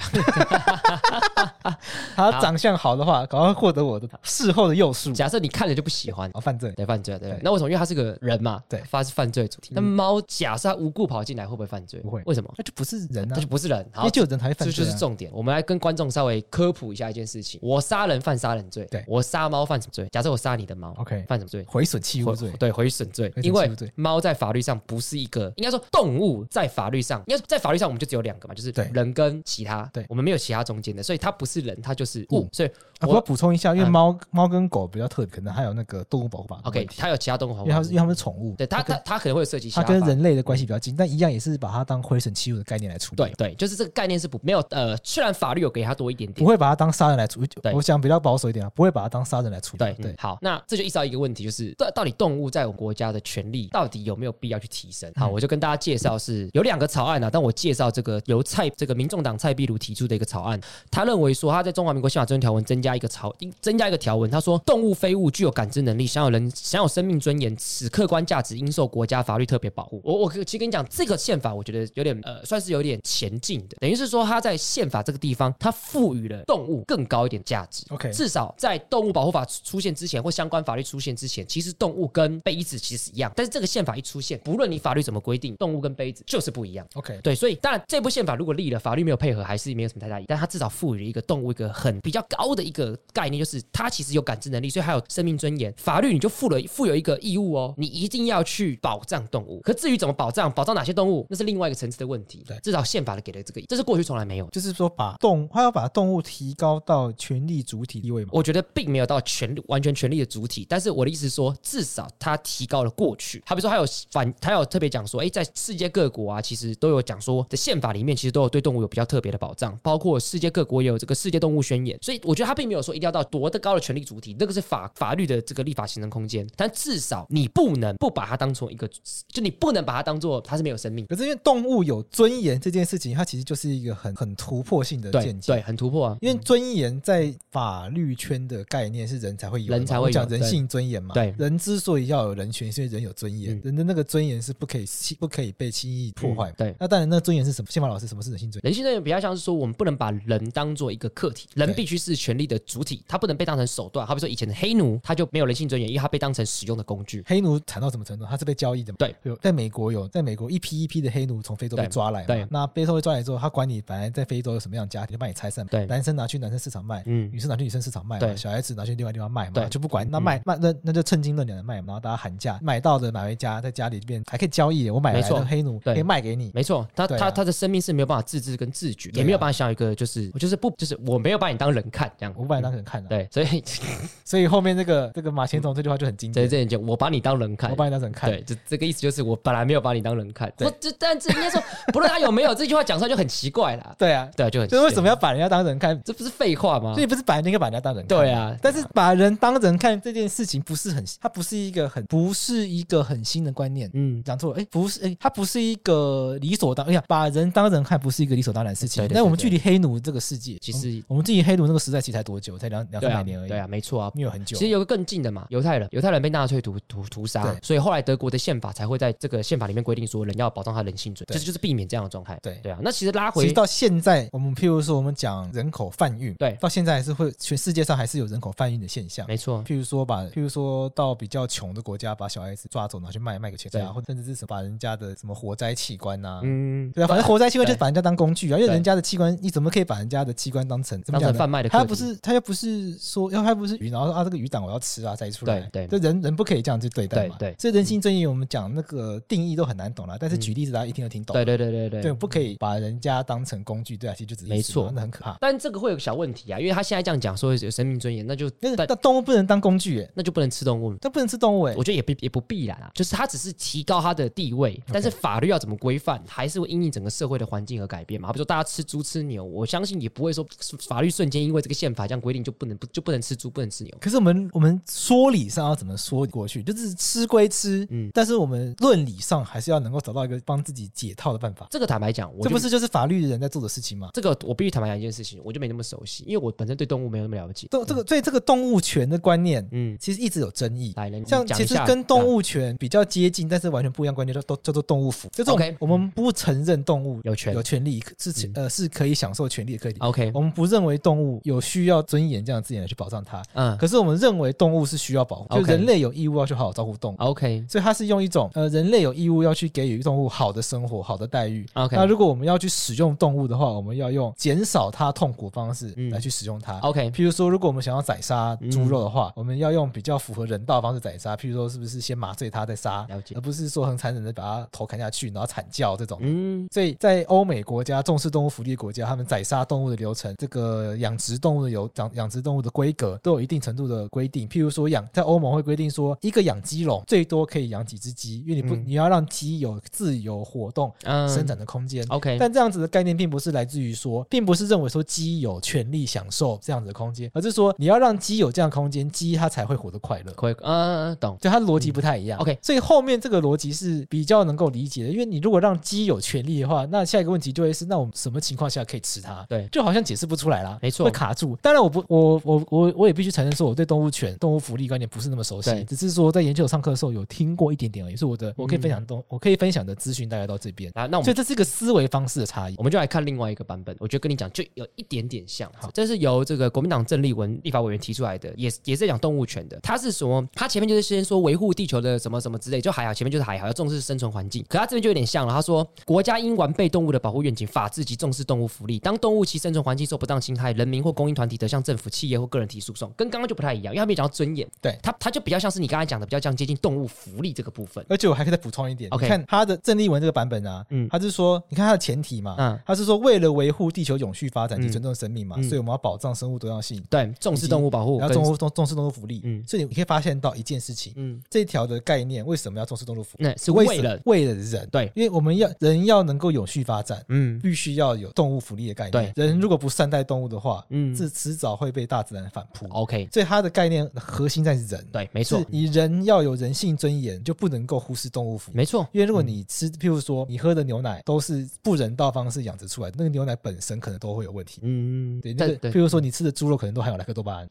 Speaker 2: 他长相好的话，赶快获得我的事后的诱诉。
Speaker 1: 假设你看了就不喜欢，
Speaker 2: 啊，犯罪
Speaker 1: 对犯罪啊，对
Speaker 2: 嗯对
Speaker 1: 那为什么？因为他是个人嘛，
Speaker 2: 对嗯
Speaker 1: 发是犯罪主题。那猫假设它无故跑进来，会不会犯罪？
Speaker 2: 不会
Speaker 1: 为什么？
Speaker 2: 那就不是人
Speaker 1: 它
Speaker 2: 啊
Speaker 1: 就，不是人。
Speaker 2: 因
Speaker 1: 好
Speaker 2: 为，就有人才会
Speaker 1: 这
Speaker 2: 犯
Speaker 1: 就
Speaker 2: 罪、
Speaker 1: 是
Speaker 2: 啊。
Speaker 1: 重点。我们来跟观众稍微科普一下一件事情：我杀人犯杀人罪，
Speaker 2: 对哦
Speaker 1: 我杀猫犯什么罪？假设我杀你的猫
Speaker 2: OK
Speaker 1: 犯什么罪？
Speaker 2: 毁损器物罪
Speaker 1: 毁，对毁损罪
Speaker 2: 毁，损
Speaker 1: 因为
Speaker 2: 器物罪
Speaker 1: 猫在法律上不是一个，应该说动物在法律上，应该说在法律上我们就只有两个嘛，就是
Speaker 2: 对
Speaker 1: 人跟其他，
Speaker 2: 对
Speaker 1: 我们没有其他中间的，所以它不是人，它就是物
Speaker 2: 物，
Speaker 1: 所以
Speaker 2: 啊，我要补充一下，因为猫猫跟狗比较特别，可能还有那个动物保护法的
Speaker 1: 嗯 OK，
Speaker 2: 问题，
Speaker 1: 它有其他动物
Speaker 2: 因
Speaker 1: 保
Speaker 2: 为它
Speaker 1: 护
Speaker 2: 是因为它们是宠物，
Speaker 1: 对它它它可能会涉及其
Speaker 2: 它
Speaker 1: 他
Speaker 2: 跟
Speaker 1: 法
Speaker 2: 人类的关系比较近，但一样也是把它当毁损器物的概念来处理，
Speaker 1: 嗯对，对，就是这个概念是不没有呃，虽然法律有给它多一点
Speaker 2: 不
Speaker 1: 点。
Speaker 2: 会把它当杀人来处理
Speaker 1: 对。
Speaker 2: 我想比较保守一点啊，不会把它当杀人来处理。
Speaker 1: 对
Speaker 2: 对
Speaker 1: 嗯，好，那这就意识到一个问题，就是到到底动物在我们国家的权利到底有没有必要去提升？好，我就跟大家介绍是有两个草案啊，但我介绍这个由蔡这个民众党蔡壁如提出的一个草案，他认为说，他在中华民国宪法尊条文增加一个条增加一个条文，他说动物非物具有感知能力，享有人享有生命尊严，此客观价值应受国家法律特别保护。我我其实跟你讲，这个宪法我觉得有点呃，算是有点前进的，等于是说他在宪法这个地方，他赋予了动物更高一点价值。
Speaker 2: OK
Speaker 1: 至少在动物保护法出现之前或相关法律出现之前，其实动物跟杯子其实是一样，但是这个宪法一出现，不论你法律怎么规定，动物跟杯子就是不一样。
Speaker 2: OK，
Speaker 1: 对，所以当然这部宪法如果立了，法律没有配合，还是没有什么太大意义。但它至少赋予了一个动物一个很比较高的一个概念，就是它其实有感知能力，所以还有生命尊严。法律你就赋了赋有一个义务哦，你一定要去保障动物。可至于怎么保障，保障哪些动物，那是另外一个层次的问题。
Speaker 2: 对
Speaker 1: 至少宪法给了这个，这是过去从来没有的。
Speaker 2: 就是说把动，他要把动物提高到权力主体地位嘛。
Speaker 1: 我觉得并没有到权力完全权力的主体，但是我的意思是说，至少它提高了过去。好比说，还有反，还有特别讲说，诶，在世界各国啊，其实都有讲说，在宪法里面其实都有对动物有比较特别的保障，包括世界各国也有这个世界动物宣言。所以我觉得它并没有说一定要到多的高的权力主体，那个是法法律的这个立法形成空间。但至少你不能不把它当成一个，就你不能把它当做它是没有生命。
Speaker 2: 可是因为动物有尊严这件事情，它其实就是一个很很突破性的
Speaker 1: 对
Speaker 2: 见解。
Speaker 1: 对，很突破啊。
Speaker 2: 因为尊严在法律圈的概念是人才会有的嘛，
Speaker 1: 人才会有
Speaker 2: 我们讲人性尊严嘛。
Speaker 1: 对
Speaker 2: 人之所以要有人权，是因为人有尊严，
Speaker 1: 嗯
Speaker 2: 人的那个尊严是不可以轻不可以被轻易破坏。
Speaker 1: 嗯对
Speaker 2: 那当然，那尊严是什么？宪法老师，什么是人性尊严？
Speaker 1: 人性尊严比较像是说，我们不能把人当做一个客体，人
Speaker 2: 对
Speaker 1: 必须是权力的主体，他不能被当成手段。好比说以前的黑奴，他就没有人性尊严，因为他被当成使用的工具。
Speaker 2: 黑奴惨到什么程度？他是被交易的嘛？
Speaker 1: 对
Speaker 2: 有在美国有，在美国一批一批的黑奴从非洲被
Speaker 1: 对
Speaker 2: 抓来嘛，
Speaker 1: 对
Speaker 2: 那非洲被抓来之后，他管你本来在非洲有什么样的家庭，就帮你拆散，
Speaker 1: 对
Speaker 2: 男生拿去男生市场卖，
Speaker 1: 嗯
Speaker 2: 女生拿去女生市场卖嘛，
Speaker 1: 对
Speaker 2: 小孩子拿去另外地方卖嘛，
Speaker 1: 对嗯
Speaker 2: 就不管那卖卖那那就趁斤论两的卖嘛，然后大家喊价，买到的买回家，在家里边还可以交易的，我买来
Speaker 1: 没错
Speaker 2: 的黑奴
Speaker 1: 对
Speaker 2: 可以卖给你，
Speaker 1: 没错，他、
Speaker 2: 对啊
Speaker 1: 他他的生命是没有办法自制跟自觉，
Speaker 2: 对啊
Speaker 1: 也没有办法想一个就是我就是不就是我没有把你当人看这样。
Speaker 2: 我不然当人看了、
Speaker 1: 对，所以
Speaker 2: 所以后面这个这个马前总这句话就很经
Speaker 1: 所以
Speaker 2: 典，
Speaker 1: 这点就我把你当人看
Speaker 2: 我。把你当人看，
Speaker 1: 对，就这个意思就是我本来没有把你当人看。
Speaker 2: 对
Speaker 1: 我这但这应该说，不论他有没有这句话讲出来就很奇怪啦。
Speaker 2: 对啊，
Speaker 1: 对，就啊很
Speaker 2: 就是为什么
Speaker 1: 要？
Speaker 2: 要把人家当人看？
Speaker 1: 这不是废话吗
Speaker 2: 所？以不是把人家应该把人家当人看，
Speaker 1: 对啊，
Speaker 2: 但是把人当人看这件事情不是很，它不是一个很不是一个很新的观念。
Speaker 1: 嗯，
Speaker 2: 讲错了，哎，不是，哎，它不是一个理所当，哎呀，把人当人看不是一个理所当然的事情
Speaker 1: 对。对
Speaker 2: 但我们
Speaker 1: 对
Speaker 2: 距离黑奴这个世界，
Speaker 1: 其实
Speaker 2: 我们距离黑奴那个时代其实才多久？才两两
Speaker 1: 对
Speaker 2: 三
Speaker 1: 啊，
Speaker 2: 百年而已，
Speaker 1: 对啊，没错啊，
Speaker 2: 没有很久
Speaker 1: 其。实有个更近的嘛，犹太人，犹太人被纳粹屠屠屠杀
Speaker 2: 对，
Speaker 1: 所以后来德国的宪法才会在这个宪法里面规定说，人要保障他人性准，
Speaker 2: 对
Speaker 1: 就是就是避免这样的状态。
Speaker 2: 对
Speaker 1: 对啊，那其实拉
Speaker 2: 其
Speaker 1: 回
Speaker 2: 实到现在，我们譬如说，我们讲人口贩运，
Speaker 1: 对
Speaker 2: 到现在还是会全世界上还是有人口贩运的现象。
Speaker 1: 没错，
Speaker 2: 譬如说把，譬如说到比较穷的国家，把小孩子抓走拿去卖，卖给钱家，
Speaker 1: 对
Speaker 2: 或甚至是什么把人家的什么活摘器官呐、
Speaker 1: 嗯，
Speaker 2: 对啊，反正活摘器官就是
Speaker 1: 对
Speaker 2: 把人家当工具啊，因为
Speaker 1: 对
Speaker 2: 人家的器官，你怎么可以把人家的器官当成怎么
Speaker 1: 当
Speaker 2: 讲
Speaker 1: 成
Speaker 2: 呢
Speaker 1: 贩卖的
Speaker 2: 他
Speaker 1: 客
Speaker 2: 不
Speaker 1: 体，
Speaker 2: 是，他又不是说，要他不是鱼，然后说啊这个鱼档我要吃啊，摘出来。
Speaker 1: 对对
Speaker 2: 这人人不可以这样去对待嘛。
Speaker 1: 对对
Speaker 2: 所以人性尊严我们讲那个定义都很难懂啦，但是
Speaker 1: 嗯
Speaker 2: 举例子大家一听就听懂。
Speaker 1: 对对对对
Speaker 2: 对，。不可以把人家当成工具，对啊，其实就只是
Speaker 1: 没
Speaker 2: 意思嘛
Speaker 1: 错
Speaker 2: 那很可怕。
Speaker 1: 但这个会有个小问题啊，因为他现在这样讲说有生命尊严，那就
Speaker 2: 但是
Speaker 1: 但
Speaker 2: 但动物不能当工具、欸，
Speaker 1: 那就不能吃动物。
Speaker 2: 但不能吃动物、欸，
Speaker 1: 我觉得也不也不必然啊，就是他只是提高他的地位，但是法律要怎么规范，还是会因应整个社会的环境而改变嘛。好比说大家吃猪吃牛，我相信也不会说法律瞬间因为这个宪法这样规定就不能不就不能吃猪不能吃牛。
Speaker 2: 可是我们我们说理上要怎么说过去？就是吃归吃，
Speaker 1: 嗯
Speaker 2: 但是我们论理上还是要能够找到一个帮自己解套的办法。
Speaker 1: 这个坦白讲，我
Speaker 2: 这
Speaker 1: 就
Speaker 2: 不是就是法律人在做的事情吗？
Speaker 1: 这个，我必须坦白讲一件事情，我就没那么熟悉，因为我本身对动物没有那么了解。
Speaker 2: 动这个对这个动物权的观念，
Speaker 1: 嗯，
Speaker 2: 其实一直有争议。
Speaker 1: 来，来你
Speaker 2: 像
Speaker 1: 讲
Speaker 2: 其
Speaker 1: 一
Speaker 2: 实
Speaker 1: 下
Speaker 2: 跟动物权比较接近，但是完全不一样观念，叫都叫做动物福，就是我们
Speaker 1: OK
Speaker 2: 我们不承认动物
Speaker 1: 有权
Speaker 2: 有权利是权呃是可以享受权利的，可以
Speaker 1: 啊。OK，
Speaker 2: 我们不认为动物有需要尊严这样的字眼来去保障它，
Speaker 1: 嗯
Speaker 2: 可是我们认为动物是需要保护，就
Speaker 1: OK 嗯
Speaker 2: 人类有义务要去好好照顾动物。
Speaker 1: ，OK，
Speaker 2: 所以它是用一种呃，人类有义务要去给予动物好的生活、好的待遇。
Speaker 1: OK
Speaker 2: 那如果我们要去使用动物的话，我们要用减少它痛苦的方式
Speaker 1: 嗯
Speaker 2: 来去使用它。
Speaker 1: OK，
Speaker 2: 譬如说，如果我们想要宰杀
Speaker 1: 嗯
Speaker 2: 猪肉的话，我们要用比较符合人道的方式宰杀。譬如说，是不是先麻醉它再杀
Speaker 1: 了解，
Speaker 2: 而不是说很残忍的把它头砍下去，然后惨叫这种。
Speaker 1: 嗯，
Speaker 2: 所以在欧美国家重视动物福利的国家，他们宰杀动物的流程，这个养殖动物的有养养殖动物的规格都有一定程度的规定。譬如说养在欧盟会规定说，一个养鸡笼最多可以养几只鸡，因为你不、
Speaker 1: 嗯
Speaker 2: 你要让鸡有自由活动
Speaker 1: 嗯
Speaker 2: 生长的空间。
Speaker 1: OK，
Speaker 2: 但这样子的概念并不是来自于说，并不是认为说鸡有权利享受这样子的空间，而是说你要让鸡有这样的空间，鸡它才会活得快乐。
Speaker 1: 可以，嗯，懂，
Speaker 2: 对，它逻辑不太一样。
Speaker 1: 嗯，OK
Speaker 2: 所以后面这个逻辑是比较能够理解的，因为你如果让鸡有权利的话，那下一个问题就会是，那我们什么情况下可以吃它？
Speaker 1: 对
Speaker 2: 就好像解释不出来啦，
Speaker 1: 没错
Speaker 2: 会卡住。当然，我不，我我我我也必须承认说，我对动物权、动物福利观念不是那么熟悉，
Speaker 1: 对
Speaker 2: 只是说在研究上课的时候有听过一点点而已，所以我的我可
Speaker 1: 嗯
Speaker 2: 以分享东，我可以分享的资讯大概到这边。
Speaker 1: 啊，那我
Speaker 2: 所
Speaker 1: 们
Speaker 2: 以这是一个思维方式的差异
Speaker 1: 我。们就来看另外一个版本，我觉得跟你讲就有一点点像
Speaker 2: 好，
Speaker 1: 这是由这个国民民党郑丽文立法委员提出来的，也也是在讲动物权的。他是什么？他前面就是先说维护地球的什么什么之类，就还好，前面就是还好，要重视生存环境。可他这边就有点像了，他说国家应完备动物的保护愿景，法治及重视动物福利。当动物其生存环境受不当侵害，人民或公益团体得向政府、企业或个人提诉讼，跟刚刚就不太一样，因为他们讲到尊严，
Speaker 2: 对
Speaker 1: 他他就比较像是你刚才讲的，比较像接近动物福利这个部分。
Speaker 2: 而且我还可以再补充一点
Speaker 1: OK
Speaker 2: 你看他的郑丽文这个版本啊，
Speaker 1: 嗯
Speaker 2: 他是说，你看他的前提嘛，
Speaker 1: 嗯
Speaker 2: 他是说为了维护地球永续发展及
Speaker 1: 嗯
Speaker 2: 尊重生命嘛，
Speaker 1: 嗯
Speaker 2: 所以我们要保障生物多样性，
Speaker 1: 对，重视动物保护
Speaker 2: 然
Speaker 1: 跟，
Speaker 2: 后重重重视动物福利。
Speaker 1: 嗯
Speaker 2: 所以你可以发现到一件事情，
Speaker 1: 嗯，
Speaker 2: 这条的概念为什么要重视动物福利？
Speaker 1: 那是为
Speaker 2: 什
Speaker 1: 了
Speaker 2: 为了人，
Speaker 1: 对，
Speaker 2: 因为我们要人要能够永续发展，
Speaker 1: 嗯
Speaker 2: 必须要有动物福利的概念。
Speaker 1: 对
Speaker 2: 人如果不善待动物的话，
Speaker 1: 嗯
Speaker 2: 是迟早会被大自然反扑。
Speaker 1: ，OK，
Speaker 2: 所以它的概念核心在是人，
Speaker 1: 对，没错
Speaker 2: 是，你人要有人性尊严，就不能够忽视动物福利。
Speaker 1: 没错，
Speaker 2: 因为如果你吃，譬如说你喝的牛奶都是不人道方式养殖出来的，那个牛奶本身可能都会有问题。
Speaker 1: 嗯，
Speaker 2: 对，那
Speaker 1: 对
Speaker 2: 个
Speaker 1: 对
Speaker 2: 譬如说你吃的猪肉可能都含有莱克多巴 胺。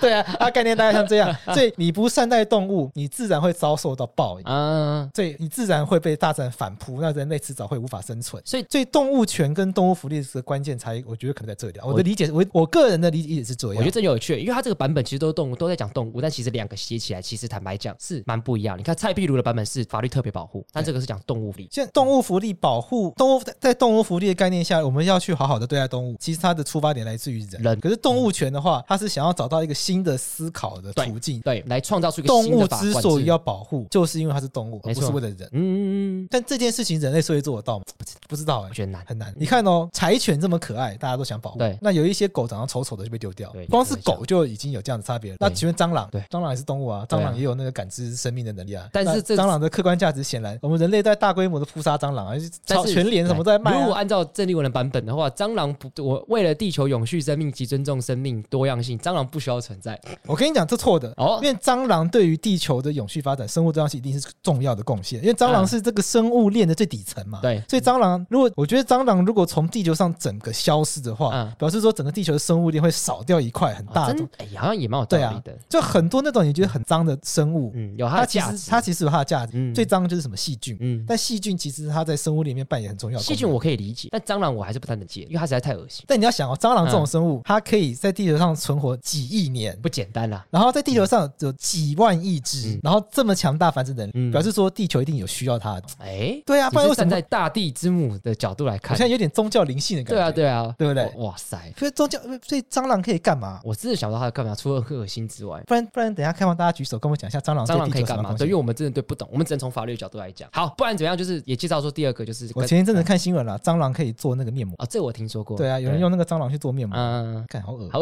Speaker 2: 对啊，它概念大概像这样。所以你不善待动物，你自然会遭受到报应。
Speaker 1: 啊，
Speaker 2: 所以你自然会被大自然反扑，那人类迟早会无法生存。
Speaker 1: 所以
Speaker 2: 所以动物权跟动物福利的关键才，我觉得可能在这里啊。我的理解，我我个人的理解是这样。
Speaker 1: 我觉得这就有趣，因为它这个版本其实都是动物，都在讲动物，但其实两个写起来，其实坦白讲是蛮不一样。你看蔡壁如的版本是法律特别保护，但这个是讲动物福利。
Speaker 2: 现在动物福利保护动物，在在动物福利的概念下，我们要去好好的对待动物。其实它的出发点来自于人，
Speaker 1: 人嗯
Speaker 2: 可是动物权的话，它是想要找到一个新的思考的途径。
Speaker 1: 对，来创造出一个
Speaker 2: 动
Speaker 1: 新
Speaker 2: 物
Speaker 1: 的法
Speaker 2: 之
Speaker 1: 管
Speaker 2: 所以
Speaker 1: 制
Speaker 2: 要保护，就是因为它是动物，而
Speaker 1: 没
Speaker 2: 不
Speaker 1: 错
Speaker 2: 是为了人。
Speaker 1: 嗯，
Speaker 2: 但这件事情人类是会做得到吗？不知不知道哎、
Speaker 1: 我觉得难。
Speaker 2: 很难。你看哦，柴犬这么可爱，大家都想保护。
Speaker 1: 对
Speaker 2: 那有一些狗长得丑丑的就被丢掉
Speaker 1: 对，
Speaker 2: 光是狗就已经有这样的差别了。那请问蟑螂？
Speaker 1: 对
Speaker 2: 蟑螂也是动物啊，
Speaker 1: 对
Speaker 2: 蟑
Speaker 1: 啊
Speaker 2: 螂也有那个感知生命的能力啊。
Speaker 1: 但是
Speaker 2: 那
Speaker 1: 这
Speaker 2: 蟑螂的客观价值显然，我们人类在大规模的扑杀蟑螂啊，
Speaker 1: 但
Speaker 2: 超
Speaker 1: 是
Speaker 2: 全脸什么都在卖
Speaker 1: 如果
Speaker 2: 啊。
Speaker 1: 按照郑丽文的版本的话，蟑螂不，我为了地球永续生命及尊重生命多样性，蟑螂不需要存在。
Speaker 2: 我跟你讲，这错的。
Speaker 1: 哦
Speaker 2: 因为蟑螂对于地球的永续发展、生物多样性一定是重要的贡献，因为蟑螂
Speaker 1: 嗯
Speaker 2: 是这个生物链的最底层嘛。
Speaker 1: 对
Speaker 2: 所以蟑螂如果我觉得蟑螂如果从地球上整个消失的话，
Speaker 1: 嗯
Speaker 2: 表示说整个地球的生物链会少掉一块很
Speaker 1: 啊
Speaker 2: 大的
Speaker 1: 真哎，好像也蛮有道
Speaker 2: 对
Speaker 1: 理
Speaker 2: 啊
Speaker 1: 的。，
Speaker 2: 就很多那种你觉得很脏的生物，
Speaker 1: 嗯，有它
Speaker 2: 它
Speaker 1: 的
Speaker 2: 其
Speaker 1: 价
Speaker 2: 实
Speaker 1: 值。
Speaker 2: 它其实有它的价值。
Speaker 1: 嗯
Speaker 2: 最脏就是什么细菌，
Speaker 1: 嗯，
Speaker 2: 但细菌其实它在生物里面扮演很重要的
Speaker 1: 细
Speaker 2: 功
Speaker 1: 菌
Speaker 2: 能。
Speaker 1: 我可以理解，但蟑螂我还是不太能接，因为它实在太恶心，
Speaker 2: 但你要想哦，蟑螂这种
Speaker 1: 嗯
Speaker 2: 生物，它可以在地球上存活几亿年。
Speaker 1: 不简单啊啦。
Speaker 2: 然后在地球上有几万亿只
Speaker 1: 嗯，
Speaker 2: 然后这么强大繁殖能力，
Speaker 1: 嗯
Speaker 2: 表示说地球一定有需要它的。
Speaker 1: 哎，
Speaker 2: 对啊，不
Speaker 1: 你
Speaker 2: 然
Speaker 1: 是
Speaker 2: 为什
Speaker 1: 站
Speaker 2: 么
Speaker 1: 在？大地之母的角度来
Speaker 2: 好
Speaker 1: 看，
Speaker 2: 像有点宗教灵性的感觉。
Speaker 1: 对啊，，对啊，
Speaker 2: 对不对
Speaker 1: 哇哇塞！
Speaker 2: 所以宗教，所以蟑螂可以干嘛？
Speaker 1: 我真的想不到它干嘛，除了恶心之外，
Speaker 2: 不然不然，等一下开放大家举手跟我讲一下蟑螂对
Speaker 1: 蟑螂
Speaker 2: 啊地
Speaker 1: 可
Speaker 2: 球
Speaker 1: 以
Speaker 2: 有什
Speaker 1: 干
Speaker 2: 么
Speaker 1: 嘛？
Speaker 2: 贡
Speaker 1: 对，
Speaker 2: 献
Speaker 1: 因为。我们真的对不懂，我们只能从法律的角度来讲。好，不然怎么样？就是也介绍说第二个就是
Speaker 2: 我
Speaker 1: 跟
Speaker 2: 前一阵子看新闻了，蟑螂可以做那个面膜。
Speaker 1: 啊，这我听说过。
Speaker 2: 对啊，有人用那个蟑螂去做面膜，
Speaker 1: 嗯，
Speaker 2: 看好恶，
Speaker 1: 好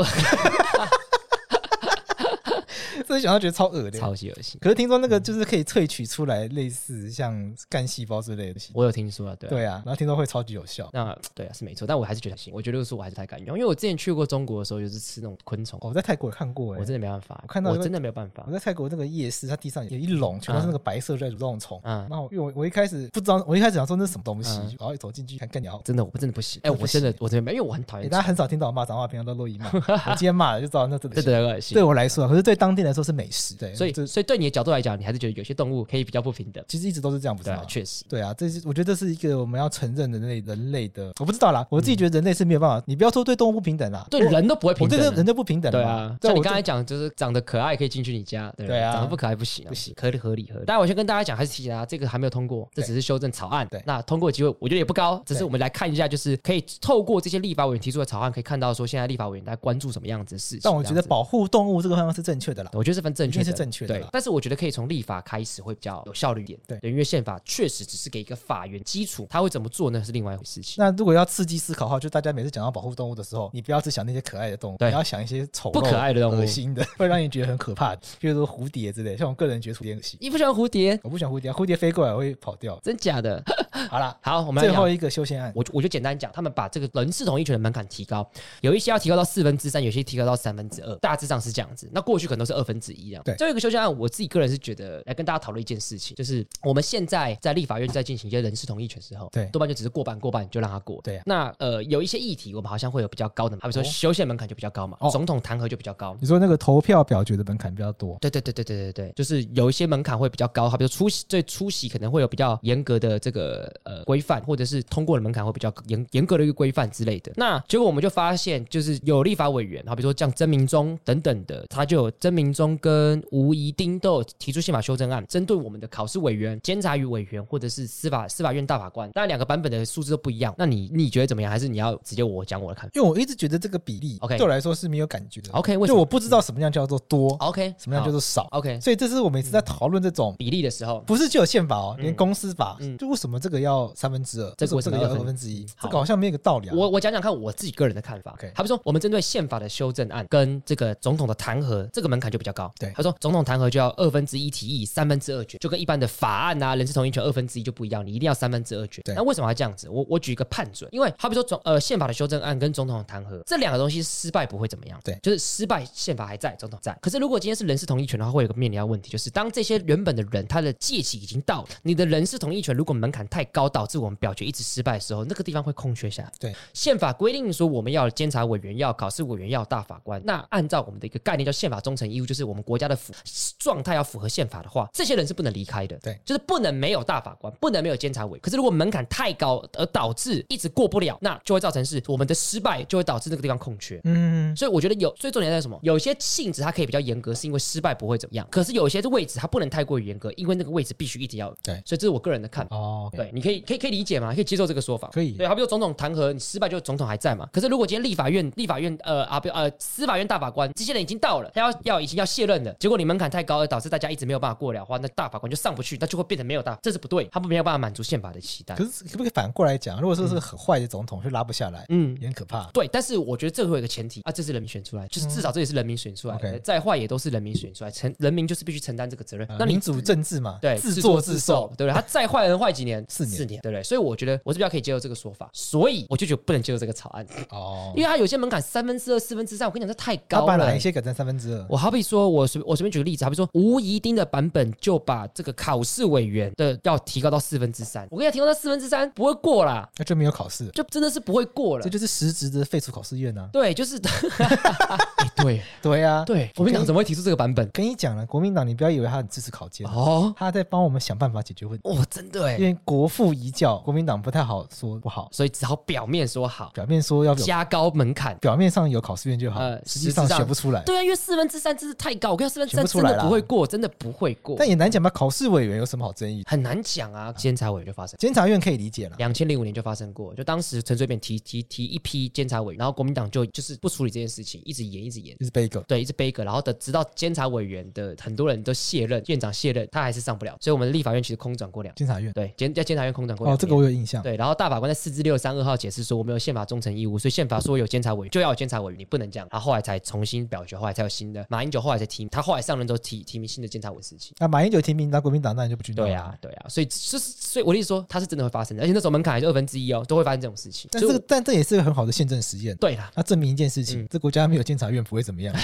Speaker 2: 这想到觉得超恶的。
Speaker 1: 超级恶嗯心，
Speaker 2: 可是听说那个就是可以萃取出来类似像干细胞之类的，
Speaker 1: 我有听说啊，对啊。
Speaker 2: 对啊，然后听说会超级有效。
Speaker 1: 那对啊是没错，但我还是觉得行，我觉得说我还是太敢用，因为我之前去过中国的时候，就是吃那种昆虫，
Speaker 2: 哦我在泰国有看过
Speaker 1: 我
Speaker 2: 哎、
Speaker 1: 真的没办法，
Speaker 2: 我看到
Speaker 1: 我
Speaker 2: 那个
Speaker 1: 真的没有办法
Speaker 2: 我。在泰国那个夜市，它地上有一笼全都是那个白色的蠕动虫。
Speaker 1: 嗯
Speaker 2: 然后因为我我一开始不知道，我一开始想说那是什么东西，
Speaker 1: 嗯
Speaker 2: 然后一走进去看干鸟。
Speaker 1: 真的，我真的不行。哎，
Speaker 2: 真的不
Speaker 1: 我真的，我真的没有，因为我很讨
Speaker 2: 欸、
Speaker 1: 厌
Speaker 2: 大
Speaker 1: 虫。
Speaker 2: 家很少听到我骂脏话，平常都乐 意骂。我今天骂了就知道那真的
Speaker 1: 真
Speaker 2: 是。
Speaker 1: 的很恶心。
Speaker 2: 对我来说啊，可是对当地来说是美食。对，
Speaker 1: 所以，
Speaker 2: 这
Speaker 1: 所以对你的角度来讲，你还是觉得有些动物可以比较不平等，
Speaker 2: 其实一直都是这样，不是
Speaker 1: 对
Speaker 2: 吗
Speaker 1: 啊，？确实，
Speaker 2: 对啊，这是我觉得这是一个我们要承认的人类人类的，我不知道啦，我自己觉得人类是没有办法，你不要说对动物不平等啦，
Speaker 1: 嗯对
Speaker 2: 我
Speaker 1: 人都不会
Speaker 2: 我
Speaker 1: 平
Speaker 2: 对
Speaker 1: 等啊。
Speaker 2: 这人就不平等
Speaker 1: 对
Speaker 2: 嘛
Speaker 1: 啊，
Speaker 2: 对
Speaker 1: 像你
Speaker 2: 我
Speaker 1: 刚才
Speaker 2: 对
Speaker 1: 讲，就是长得可爱可以进去你家，对不
Speaker 2: 对啊
Speaker 1: 长得不可爱不行，
Speaker 2: 不行，
Speaker 1: 合理合理合理。当然，我先跟大家讲，还是提醒大家，这个还没有通过，这
Speaker 2: 对
Speaker 1: 只是修正草案。
Speaker 2: 对
Speaker 1: 那通过的机会我觉得也不高，只是
Speaker 2: 对
Speaker 1: 我们来看一下，就是可以透过这些立法委员提出的草案，可以看到说现在立法委员在关注什么样子的事情。
Speaker 2: 但我觉
Speaker 1: 这
Speaker 2: 得
Speaker 1: 样子
Speaker 2: 保护动物这个方向是正确的啦。
Speaker 1: 我觉得是分正确
Speaker 2: 一
Speaker 1: 的，
Speaker 2: 定是正确的啦
Speaker 1: 对，但是我觉得可以从立法开始会比较有效率一点。
Speaker 2: 对
Speaker 1: 因为宪法确实只是给一个法源基础，它会怎么做呢是另外一回事情。
Speaker 2: 那如果要刺激思考的话，就大家每次讲到保护动物的时候，你不要只想那些可爱的动物，
Speaker 1: 对
Speaker 2: 你要想一些丑陋、
Speaker 1: 不可爱的动物
Speaker 2: 恶心的，会让你觉得很可怕的，比如说蝴蝶之类。像我个人觉得蝴蝶恶心，
Speaker 1: 你不喜欢蝴蝶？
Speaker 2: 我不喜欢蝴蝶，蝴蝶飞过来我会跑掉。
Speaker 1: 真假的？
Speaker 2: 好啦，
Speaker 1: 好，我们
Speaker 2: 最
Speaker 1: 来
Speaker 2: 后
Speaker 1: 讲。
Speaker 2: 一个修宪案，
Speaker 1: 我就我就简单讲，他们把这个人事同意权的门槛提高，有一些要提高到四分之三，有些提高到三分之二，大致上是这样子。那过去可能都是二分之一这样。
Speaker 2: 对
Speaker 1: 最后一个修正案，我自己个人是觉得来跟大家讨论一件事情，就是我们现在在立法院在进行一些人事同意权时候，
Speaker 2: 对
Speaker 1: 多半就只是过半过半就让它过。
Speaker 2: 对啊
Speaker 1: 那呃有一些议题我们好像会有比较高的门槛，好比
Speaker 2: 哦
Speaker 1: 说修宪门槛就比较高嘛，
Speaker 2: 哦
Speaker 1: 总统弹劾就比较高。
Speaker 2: 你说那个投票表决的门槛比较多，
Speaker 1: 对对对对对对对，就是有一些门槛会比较高，好比如出席，对出席可能会有比较严格的这个呃规范，或者是通过的门槛会比较严严格的一个规范之类的。那结果我们就发现，就是有立法委员，好比说像曾明忠等等的，他就有曾明忠跟吴怡丁都有提出宪法修正案，针对我们的考试委员、监察与委员或者是司法司法院大法官，当然两个版本的数字都不一样。那你你觉得怎么样？还是你要直接我讲我的看法
Speaker 2: 因为我一直觉得这个比例
Speaker 1: OK
Speaker 2: 对我来说是没有感觉的。
Speaker 1: ？OK，为什
Speaker 2: 就
Speaker 1: 么
Speaker 2: 我不知道什么样叫做多，
Speaker 1: ？OK，
Speaker 2: 什么样叫
Speaker 1: 好
Speaker 2: 做少，
Speaker 1: OK
Speaker 2: 所以这是我每次在讨论这种
Speaker 1: 比例的时候，
Speaker 2: 不是就有宪法哦，
Speaker 1: 嗯
Speaker 2: 连公司法
Speaker 1: 嗯，
Speaker 2: 就为什么这个要三分之二，
Speaker 1: 这个为什
Speaker 2: 这个
Speaker 1: 么
Speaker 2: 要
Speaker 1: 要
Speaker 2: 二
Speaker 1: 二
Speaker 2: 分
Speaker 1: 分
Speaker 2: 之一，这
Speaker 1: 好
Speaker 2: 个好像没有一个道理啊。
Speaker 1: 我我讲讲看我自己个人的看法。
Speaker 2: OK
Speaker 1: 他说，我们针对宪法的修正案跟这个总统的弹劾，这个门槛就比较高。
Speaker 2: 对
Speaker 1: 他说总统弹劾就要二分之一提议，三分之二决，就跟一般的法案啊、人事同意权二分之一就不一样，你一定要三分之二决
Speaker 2: 对。
Speaker 1: 那为什么要这样子？我我举一个判准，因为好比说总呃宪法的修正案跟总统的弹劾这两个东西失败不会怎么样，
Speaker 2: 对
Speaker 1: 就是失败宪法还在，总统在。可是如果今天是人事同意权的话，会有一个面临到问题，就是当这些原本的人他的界期已经到了，你的人事同意权如果门槛太高，导致我们表决一直失败的时候，那个地方会空缺下来。宪法规定说我们要监察委员、要考试委员、要大法官。那按照我们的一个概念叫宪法忠诚义务，就是我们国家的符状态要符合宪法的话，这些人是不能离开的。
Speaker 2: 对
Speaker 1: 就是不能没有大法官，不能没有监察委员。可是如果门槛太高，而导致一直过不了，那就会造成是我们的失败，就会导致那个地方空缺。
Speaker 2: 嗯，
Speaker 1: 所以我觉得有最重点在什么？有些性质它可以比较严格，是因为失败不会怎么样。可是有些位置它不能太过于严格，因为那个位置必须一定要有。
Speaker 2: 对
Speaker 1: 所以这是我个人的看法。
Speaker 2: 哦，
Speaker 1: 对，你可以可以可以理解吗？可以接受这个说法吗？
Speaker 2: 可以
Speaker 1: 对，好比说总统弹劾你失败，就是总统还在嘛。可是如果今天立法院立法院呃啊不呃司法院大法官这些人已经到了，他要要已经要卸任了，结果你门槛太高，而导致大家一直没有办法过了的话，那大法官就上不去，那就会变成没有大，这是不对，他们没有办法满足宪法的期待
Speaker 2: 可。是可不可以反过来讲，如果说是个很坏的总统，就拉不下来，
Speaker 1: 嗯。
Speaker 2: 也很可怕。
Speaker 1: 对，但是我觉得这会有一个前提啊，这是人民选出来，就是至少这也是人民选出来的，
Speaker 2: 嗯 OK
Speaker 1: 再坏也都是人民选出来，承人民就是必须承担这个责任。
Speaker 2: 呃
Speaker 1: 那你
Speaker 2: 民主政治嘛，
Speaker 1: 对，
Speaker 2: 自作自受，，
Speaker 1: 对不对？他再坏能坏几年？
Speaker 2: 四年
Speaker 1: 四年，对不对？所以我觉得我是比较可以接受这个说法，所以我就觉得不能接受这个草案，
Speaker 2: 哦
Speaker 1: 因为它有些门槛三分之二、四分之三，我跟你讲，这太
Speaker 2: 他
Speaker 1: 高
Speaker 2: 把哪
Speaker 1: 了
Speaker 2: 一。些改成三分之二？
Speaker 1: 我好比说，我随我随便举个例子，好比说吴怡丁的版本就把这个考试委员的要提高到四分之三，我跟你讲，提高到四分之三不会过啦，
Speaker 2: 那就没有考试，
Speaker 1: 就真的是不会过了
Speaker 2: 这。就是实质的废除考试院啊。
Speaker 1: 对， 就是，哎对
Speaker 2: 对啊，
Speaker 1: 对，国民党怎么会提出这个版 本？
Speaker 2: 跟你讲了，国民党，你不要以为他很支持考监，
Speaker 1: 哦，
Speaker 2: 他在帮我们想办法解决问题。
Speaker 1: 哇，真的
Speaker 2: 因
Speaker 1: 哎，
Speaker 2: 为国父遗教，国民党不太好说不好，
Speaker 1: 所以只好表面说好，
Speaker 2: 表面说要有，
Speaker 1: 加高门槛。
Speaker 2: 表面上有考试院就好
Speaker 1: 呃，
Speaker 2: 实际上
Speaker 1: 实质上
Speaker 2: 选不出来。
Speaker 1: 对啊，因为四分之三真是太高，我跟你讲，四
Speaker 2: 选
Speaker 1: 分
Speaker 2: 不
Speaker 1: 之
Speaker 2: 出
Speaker 1: 三
Speaker 2: 来
Speaker 1: 真
Speaker 2: 啦
Speaker 1: 的不会过，真的不会过，
Speaker 2: 但也难讲吧，考试委员有什么好争议？
Speaker 1: 很难讲啊。监察委员就发生，
Speaker 2: 监察院可以理解了，
Speaker 1: 两千零五年就发生过，就当时陈水扁提提提一批监察委员，然后国民党就就是不处理这件事情，一直延一直延。
Speaker 2: 就是被一个
Speaker 1: 对，一直背梗，然后等直到监察委员的很多人都卸任，院长卸任，他还是上不了，所以我们立法院其实空转过两，
Speaker 2: 监察院。
Speaker 1: 对，监在监察院空转过
Speaker 2: 哦，
Speaker 1: 两
Speaker 2: 这个
Speaker 1: 年
Speaker 2: 我有印象。
Speaker 1: 对，然后大法官在四至六三二号解释说，我们有宪法忠诚义务，所以宪法说有监察委员就要有监察委员，你不能这样。然后后来才重新表决，后来才有新的马英九，后来才提名，他后来上任之后提提名新的监察委事情。
Speaker 2: 那马英九提名当国民党，那你就不去弄
Speaker 1: 对啊，。对啊，所以就是，所以我的意思说，它是真的会发生的，而且那时候门槛还是二分之一哦，都会发生这种事情。
Speaker 2: 但
Speaker 1: 所
Speaker 2: 这
Speaker 1: 以
Speaker 2: 个，但这也是个很好的宪政实验
Speaker 1: 我，对啦，
Speaker 2: 它证明一件事
Speaker 1: 嗯
Speaker 2: 情：这国家没有监察院不会怎 么样，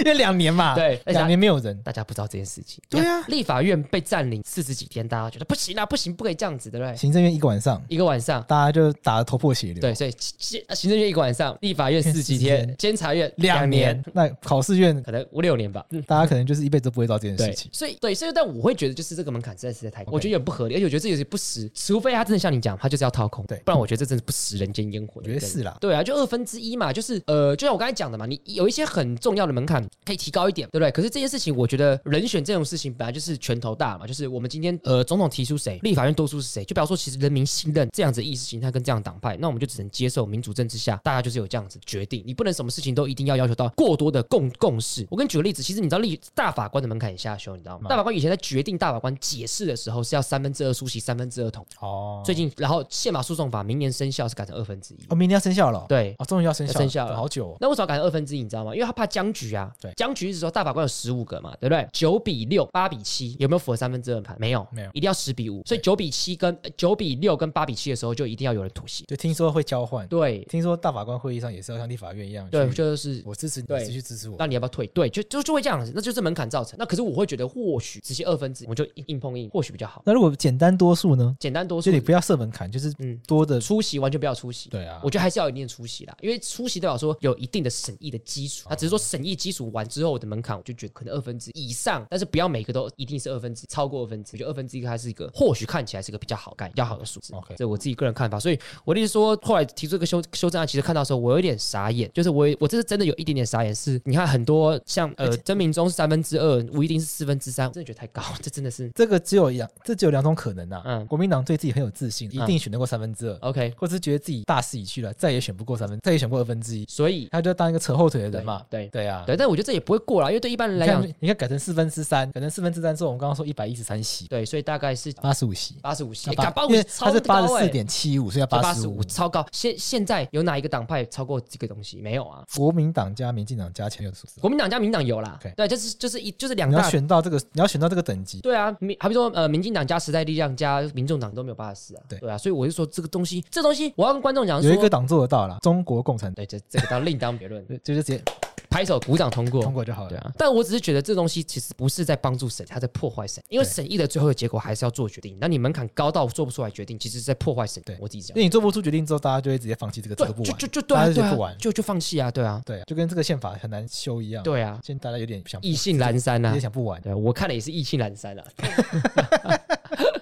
Speaker 2: 因为两年嘛，
Speaker 1: 对而且
Speaker 2: 两年没有人，
Speaker 1: 大家不知道这件事情。
Speaker 2: 对啊
Speaker 1: 你看立法院被占领四十几天，大家觉得不行啊，不行，不可以这样子，对不对？
Speaker 2: 行政院一个晚上，
Speaker 1: 一个晚上，
Speaker 2: 大家就打得头破血流。
Speaker 1: 对，所以行行政院一个晚上，立法院四十几
Speaker 2: 四十
Speaker 1: 天
Speaker 2: 天，
Speaker 1: 监察院
Speaker 2: 两
Speaker 1: 两
Speaker 2: 年
Speaker 1: 年，，
Speaker 2: 那考试院
Speaker 1: 可能五六年吧。嗯，
Speaker 2: 大家可能就是一辈子都不会知道这件事
Speaker 1: 对
Speaker 2: 情，。
Speaker 1: 所以对，所以但我会觉得就是这个门槛实在是在太高，
Speaker 2: OK
Speaker 1: 我觉得有点不合理，而且我觉得这也是不实，除非他真的像你讲，他就是要掏空，
Speaker 2: 对
Speaker 1: 不然我觉得这真的不食人间烟火。我
Speaker 2: 我觉得是啦。
Speaker 1: 对啊，就二分之一嘛，就是呃，就像我刚才讲的嘛，你有一些很重要的门槛可以提高一点，对不对？可是这件事情，我觉得人选这种事情本来就是拳头大嘛，就是我们今天呃，总统提出谁，立法院多数是谁，就表示说其实人民信任这样子的意识形态跟这样的党派，那我们就只能接受民主政治下大家就是有这样子决定，你不能什么事情都一定要要求到过多的共共识。我跟你举个例子，其实你知道立大法官的门槛也下修，你知道
Speaker 2: 嗯
Speaker 1: 吗？大法官以前在决定大法官解释的时候是要三分之二出席，三分之二同意。
Speaker 2: 哦
Speaker 1: 最近，然后宪法诉讼法明年生效是改成二分之一。
Speaker 2: 哦，明天要生效了哦，
Speaker 1: 对，
Speaker 2: 哦，终于要生效，
Speaker 1: 要生效了
Speaker 2: 好久哦。
Speaker 1: 那为什么要改成二分之一？你知道吗？因为他怕僵局啊。
Speaker 2: 对
Speaker 1: 僵局是说大法官有十五个嘛，对不对？九比六、八比七，有没有符合三分之二盘？没有，
Speaker 2: 没有
Speaker 1: 一定要十比五。所以九比七跟九比六跟八比七的时候，就一定要有人吐血。
Speaker 2: 就听说会交换，
Speaker 1: 对
Speaker 2: 听说大法官会议上也是要像立法院一样，
Speaker 1: 对，
Speaker 2: 去
Speaker 1: 就是。
Speaker 2: 我支持你，
Speaker 1: 对
Speaker 2: 你继续支持我。
Speaker 1: 那你要不要退？对，就就就会这样子，那就是门槛造成。那可是我会觉得，或许直接二分之一，我就硬硬碰硬，或许比较好，
Speaker 2: 那如果简单多数呢？
Speaker 1: 简单多数
Speaker 2: 就。你不要设门槛，就是
Speaker 1: 嗯
Speaker 2: 多的，
Speaker 1: 出席完全不要出席，
Speaker 2: 对啊
Speaker 1: 我觉得还是要有一定的出席啦，因为出席代表说有一定的审议的基础，那只是说审议基础完之后的门槛，我就觉得可能二分之一以上，但是不要每个都一定是二分之超过二分之一，我觉得二分之一它是一个或许看起来是个比较好看、比较好的数字。
Speaker 2: OK
Speaker 1: 这我自己个人看法。所以我的意思说，后来提出这个修修正案，其实看到的时候我有点傻眼，就是我也我这是真的有一点点傻眼。是你看很多像
Speaker 2: 而
Speaker 1: 呃
Speaker 2: 且
Speaker 1: 曾明忠是三分之二，吴一丁是四分之三，我真的觉得太高，这真的是
Speaker 2: 这个只有两，这只有两种可能啊。
Speaker 1: 嗯
Speaker 2: 国民党对自己很有自信，一
Speaker 1: 嗯
Speaker 2: 定选得过三分之二，
Speaker 1: OK。
Speaker 2: 或是觉得自己大势已去了，再也选不过三分，再也选不过二分之一，
Speaker 1: 所以
Speaker 2: 他就当一个扯后腿的人嘛。
Speaker 1: 对对
Speaker 2: 对啊，
Speaker 1: 对，但我觉得这也不会过啦，因为对一般人
Speaker 2: 你
Speaker 1: 来讲，
Speaker 2: 看，你看改成四分之三，改成四分之三之后，我们刚刚说一百一十三席，
Speaker 1: 对，所以大概是
Speaker 2: 八十五席，
Speaker 1: 八十五席，
Speaker 2: 啊那八
Speaker 1: 哎敢八
Speaker 2: 因
Speaker 1: 五
Speaker 2: 为
Speaker 1: 超
Speaker 2: 他是八十
Speaker 1: 高欸
Speaker 2: 四点七五，所以要
Speaker 1: 八
Speaker 2: 八
Speaker 1: 十
Speaker 2: 十
Speaker 1: 五
Speaker 2: 五。
Speaker 1: 超高。现现在有哪一个党派超过这个东西？没有啊。
Speaker 2: 国民党加民进党加前六数字，
Speaker 1: 国民党加民进党有啦
Speaker 2: OK
Speaker 1: 对，就是就是一就是两
Speaker 2: 你要
Speaker 1: 大，
Speaker 2: 选到这个，你要选到这个等级，
Speaker 1: 对啊，民好比说呃，民进党加时代力量加民众党都没有八十四啊，
Speaker 2: 对
Speaker 1: 啊，所以我就说这个东西，这东西我要跟观众讲说，
Speaker 2: 有一个党做得到啦，中国共产党，
Speaker 1: 对，这这个当另当别 论，
Speaker 2: 就就直接
Speaker 1: 拍手鼓掌通过，
Speaker 2: 通过就 好
Speaker 1: 对
Speaker 2: 了。
Speaker 1: 啊，但我只是觉得这东西其实不是在帮助审，它在破坏审，因为
Speaker 2: 对
Speaker 1: 审议的最后的结果还是要做决定，那你门槛高到做不出来决定，其实是在破坏审。
Speaker 2: 对
Speaker 1: 我自己讲
Speaker 2: 因，为你做不出决定之后，大家就会直接放弃这个
Speaker 1: 对
Speaker 2: 这个，不
Speaker 1: 就
Speaker 2: 玩，
Speaker 1: 就就对
Speaker 2: 大
Speaker 1: 啊，
Speaker 2: 家就
Speaker 1: 对
Speaker 2: 不
Speaker 1: 啊
Speaker 2: 玩，
Speaker 1: 就就放弃啊，对啊，
Speaker 2: 对啊，就跟这个宪法很难修一样。，
Speaker 1: 对啊，
Speaker 2: 现在大家有点想
Speaker 1: 意兴阑珊啊
Speaker 2: 也，想不玩。
Speaker 1: 对，我看了也是意兴阑 珊了。啊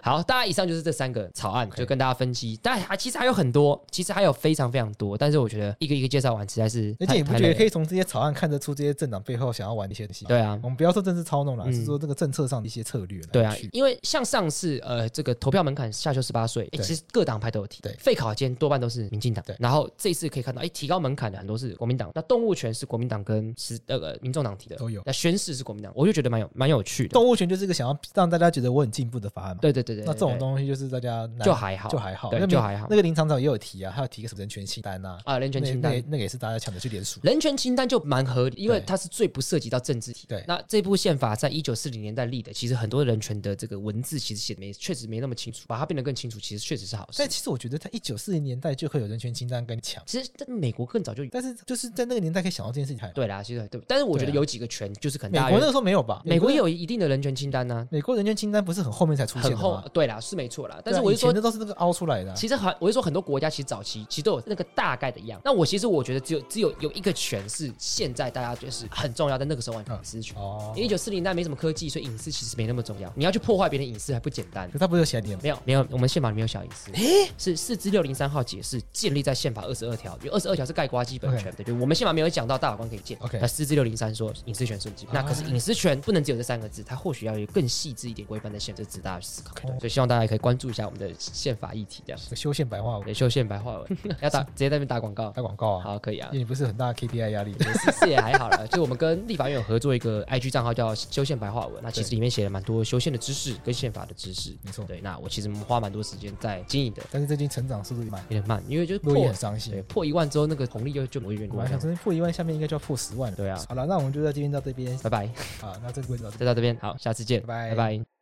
Speaker 1: 好，大家以上就是这三个草案，就跟大家分析。但还其实还有很多，其实还有非常非常多，但是我觉得一个一个介绍完实在是
Speaker 2: 而且
Speaker 1: 太
Speaker 2: 你不
Speaker 1: 太
Speaker 2: 觉得
Speaker 1: 累
Speaker 2: 可
Speaker 1: 了
Speaker 2: 以从这些草案看得出这些政党背后想要玩的一些东西？
Speaker 1: 对啊，
Speaker 2: 我们不要说政治操弄了，
Speaker 1: 嗯
Speaker 2: 是说这个政策上的一些策略来
Speaker 1: 对啊
Speaker 2: 去，
Speaker 1: 因为像上次呃，这个投票门槛下修十八岁，诶
Speaker 2: 对
Speaker 1: 其实各党派都有提。
Speaker 2: 对
Speaker 1: 废考监多半都是民进党
Speaker 2: 对。
Speaker 1: 然后这次可以看到，哎，提高门槛的很多是国民党，那动物权是国民党跟十那个民众党提的，
Speaker 2: 都有
Speaker 1: 那宣誓是国民党，我就觉得蛮有蛮有趣的。
Speaker 2: 动物权就是一个想要让大家觉得我很进步的法案嘛。
Speaker 1: 对对对对，
Speaker 2: 那这种
Speaker 1: 对
Speaker 2: 东西就是大家难
Speaker 1: 就还好，
Speaker 2: 就还好，
Speaker 1: 对
Speaker 2: 那
Speaker 1: 就
Speaker 2: 民
Speaker 1: 还好
Speaker 2: 那个林厂长也有提啊，他有提个什么人权清单啊，
Speaker 1: 啊，人权清单
Speaker 2: 那那那个也是大家抢着去联署。
Speaker 1: 人权清单就蛮合理，因为
Speaker 2: 对
Speaker 1: 它是最不涉及到政治体。
Speaker 2: 对
Speaker 1: 那这部宪法在一九四零年代立的，其实很多人权的这个文字其实写得没确实没那么清楚，把它变得更清楚，其实确实是好事
Speaker 2: 但。其实我觉得，在一九四零年代就可以有人权清单跟抢，
Speaker 1: 其实在美国更早就有。
Speaker 2: 但是就是在那个年代可以想到这件事情还。
Speaker 1: 对啦，其实对，但是我觉得
Speaker 2: 对啊
Speaker 1: 有几个权就是可能
Speaker 2: 美
Speaker 1: 大
Speaker 2: 国那个
Speaker 1: 家
Speaker 2: 时候没有吧？
Speaker 1: 美国也
Speaker 2: 有
Speaker 1: 有一定的人权清单呢，
Speaker 2: 美国人权清单不是很后面才出现
Speaker 1: 很
Speaker 2: 的
Speaker 1: 厚
Speaker 2: 吗？。
Speaker 1: 对啦，是没错啦。但
Speaker 2: 对
Speaker 1: 是
Speaker 2: 啊
Speaker 1: 我
Speaker 2: 以
Speaker 1: 是说
Speaker 2: 前的都是那个凹出来的啊、
Speaker 1: 其实很，我是说很多国家其实早期其实都有那个大概的样。那我其实我觉得只有只有有一个权是现在大家就是很重要，但那个时候完全隐私权。
Speaker 2: 哦，
Speaker 1: 因为一九四零代没什么科技，所以隐私其实没那么重要。你要去破坏别人隐私还不简单
Speaker 2: 可。他不是有写点 吗？
Speaker 1: 没有没有，我们宪法里面有小隐私，是四至六零三号解释建立在宪法二十二条，有二十二条是盖瓜基本权的，对，我们宪法没有讲到大法官可以建
Speaker 2: OK
Speaker 1: 那四至六零三说隐私权是基本，
Speaker 2: 啊
Speaker 1: 那可是隐私权不能只有这三个字，它或许要有更细致一点规范的宪法，这值得大家去思考。对所以希望大家也可以关注一下我们的宪法议题，这样
Speaker 2: 这个修宪白话文
Speaker 1: 对，修宪白话文 要打直接在那边打广告，
Speaker 2: 打广告啊，
Speaker 1: 好，可以啊
Speaker 2: 因。为你不是很大的 KPI 压力。
Speaker 1: 其实也还好啦，就我们跟立法院有合作一个 IG 账号叫“修宪白话文”，那其实
Speaker 2: 对
Speaker 1: 里面写了蛮多修宪的知识跟宪法的知识。
Speaker 2: 没错
Speaker 1: 对，那我其实花蛮多时间在经营的，
Speaker 2: 但是最近成长速度也慢，
Speaker 1: 有点慢，因为就是
Speaker 2: 我也
Speaker 1: 破
Speaker 2: 很伤心
Speaker 1: 对。破一万之后，那个红利就就没有远
Speaker 2: 我
Speaker 1: 多
Speaker 2: 还
Speaker 1: 这
Speaker 2: 想
Speaker 1: 样子。
Speaker 2: 说破一万，下面应该就要破十万了。
Speaker 1: 对啊
Speaker 2: 好了，那我们就在今天到这边
Speaker 1: 拜拜，
Speaker 2: 啊，那这个位置到这边
Speaker 1: 就到这边，好，下次见，
Speaker 2: 拜拜
Speaker 1: 拜拜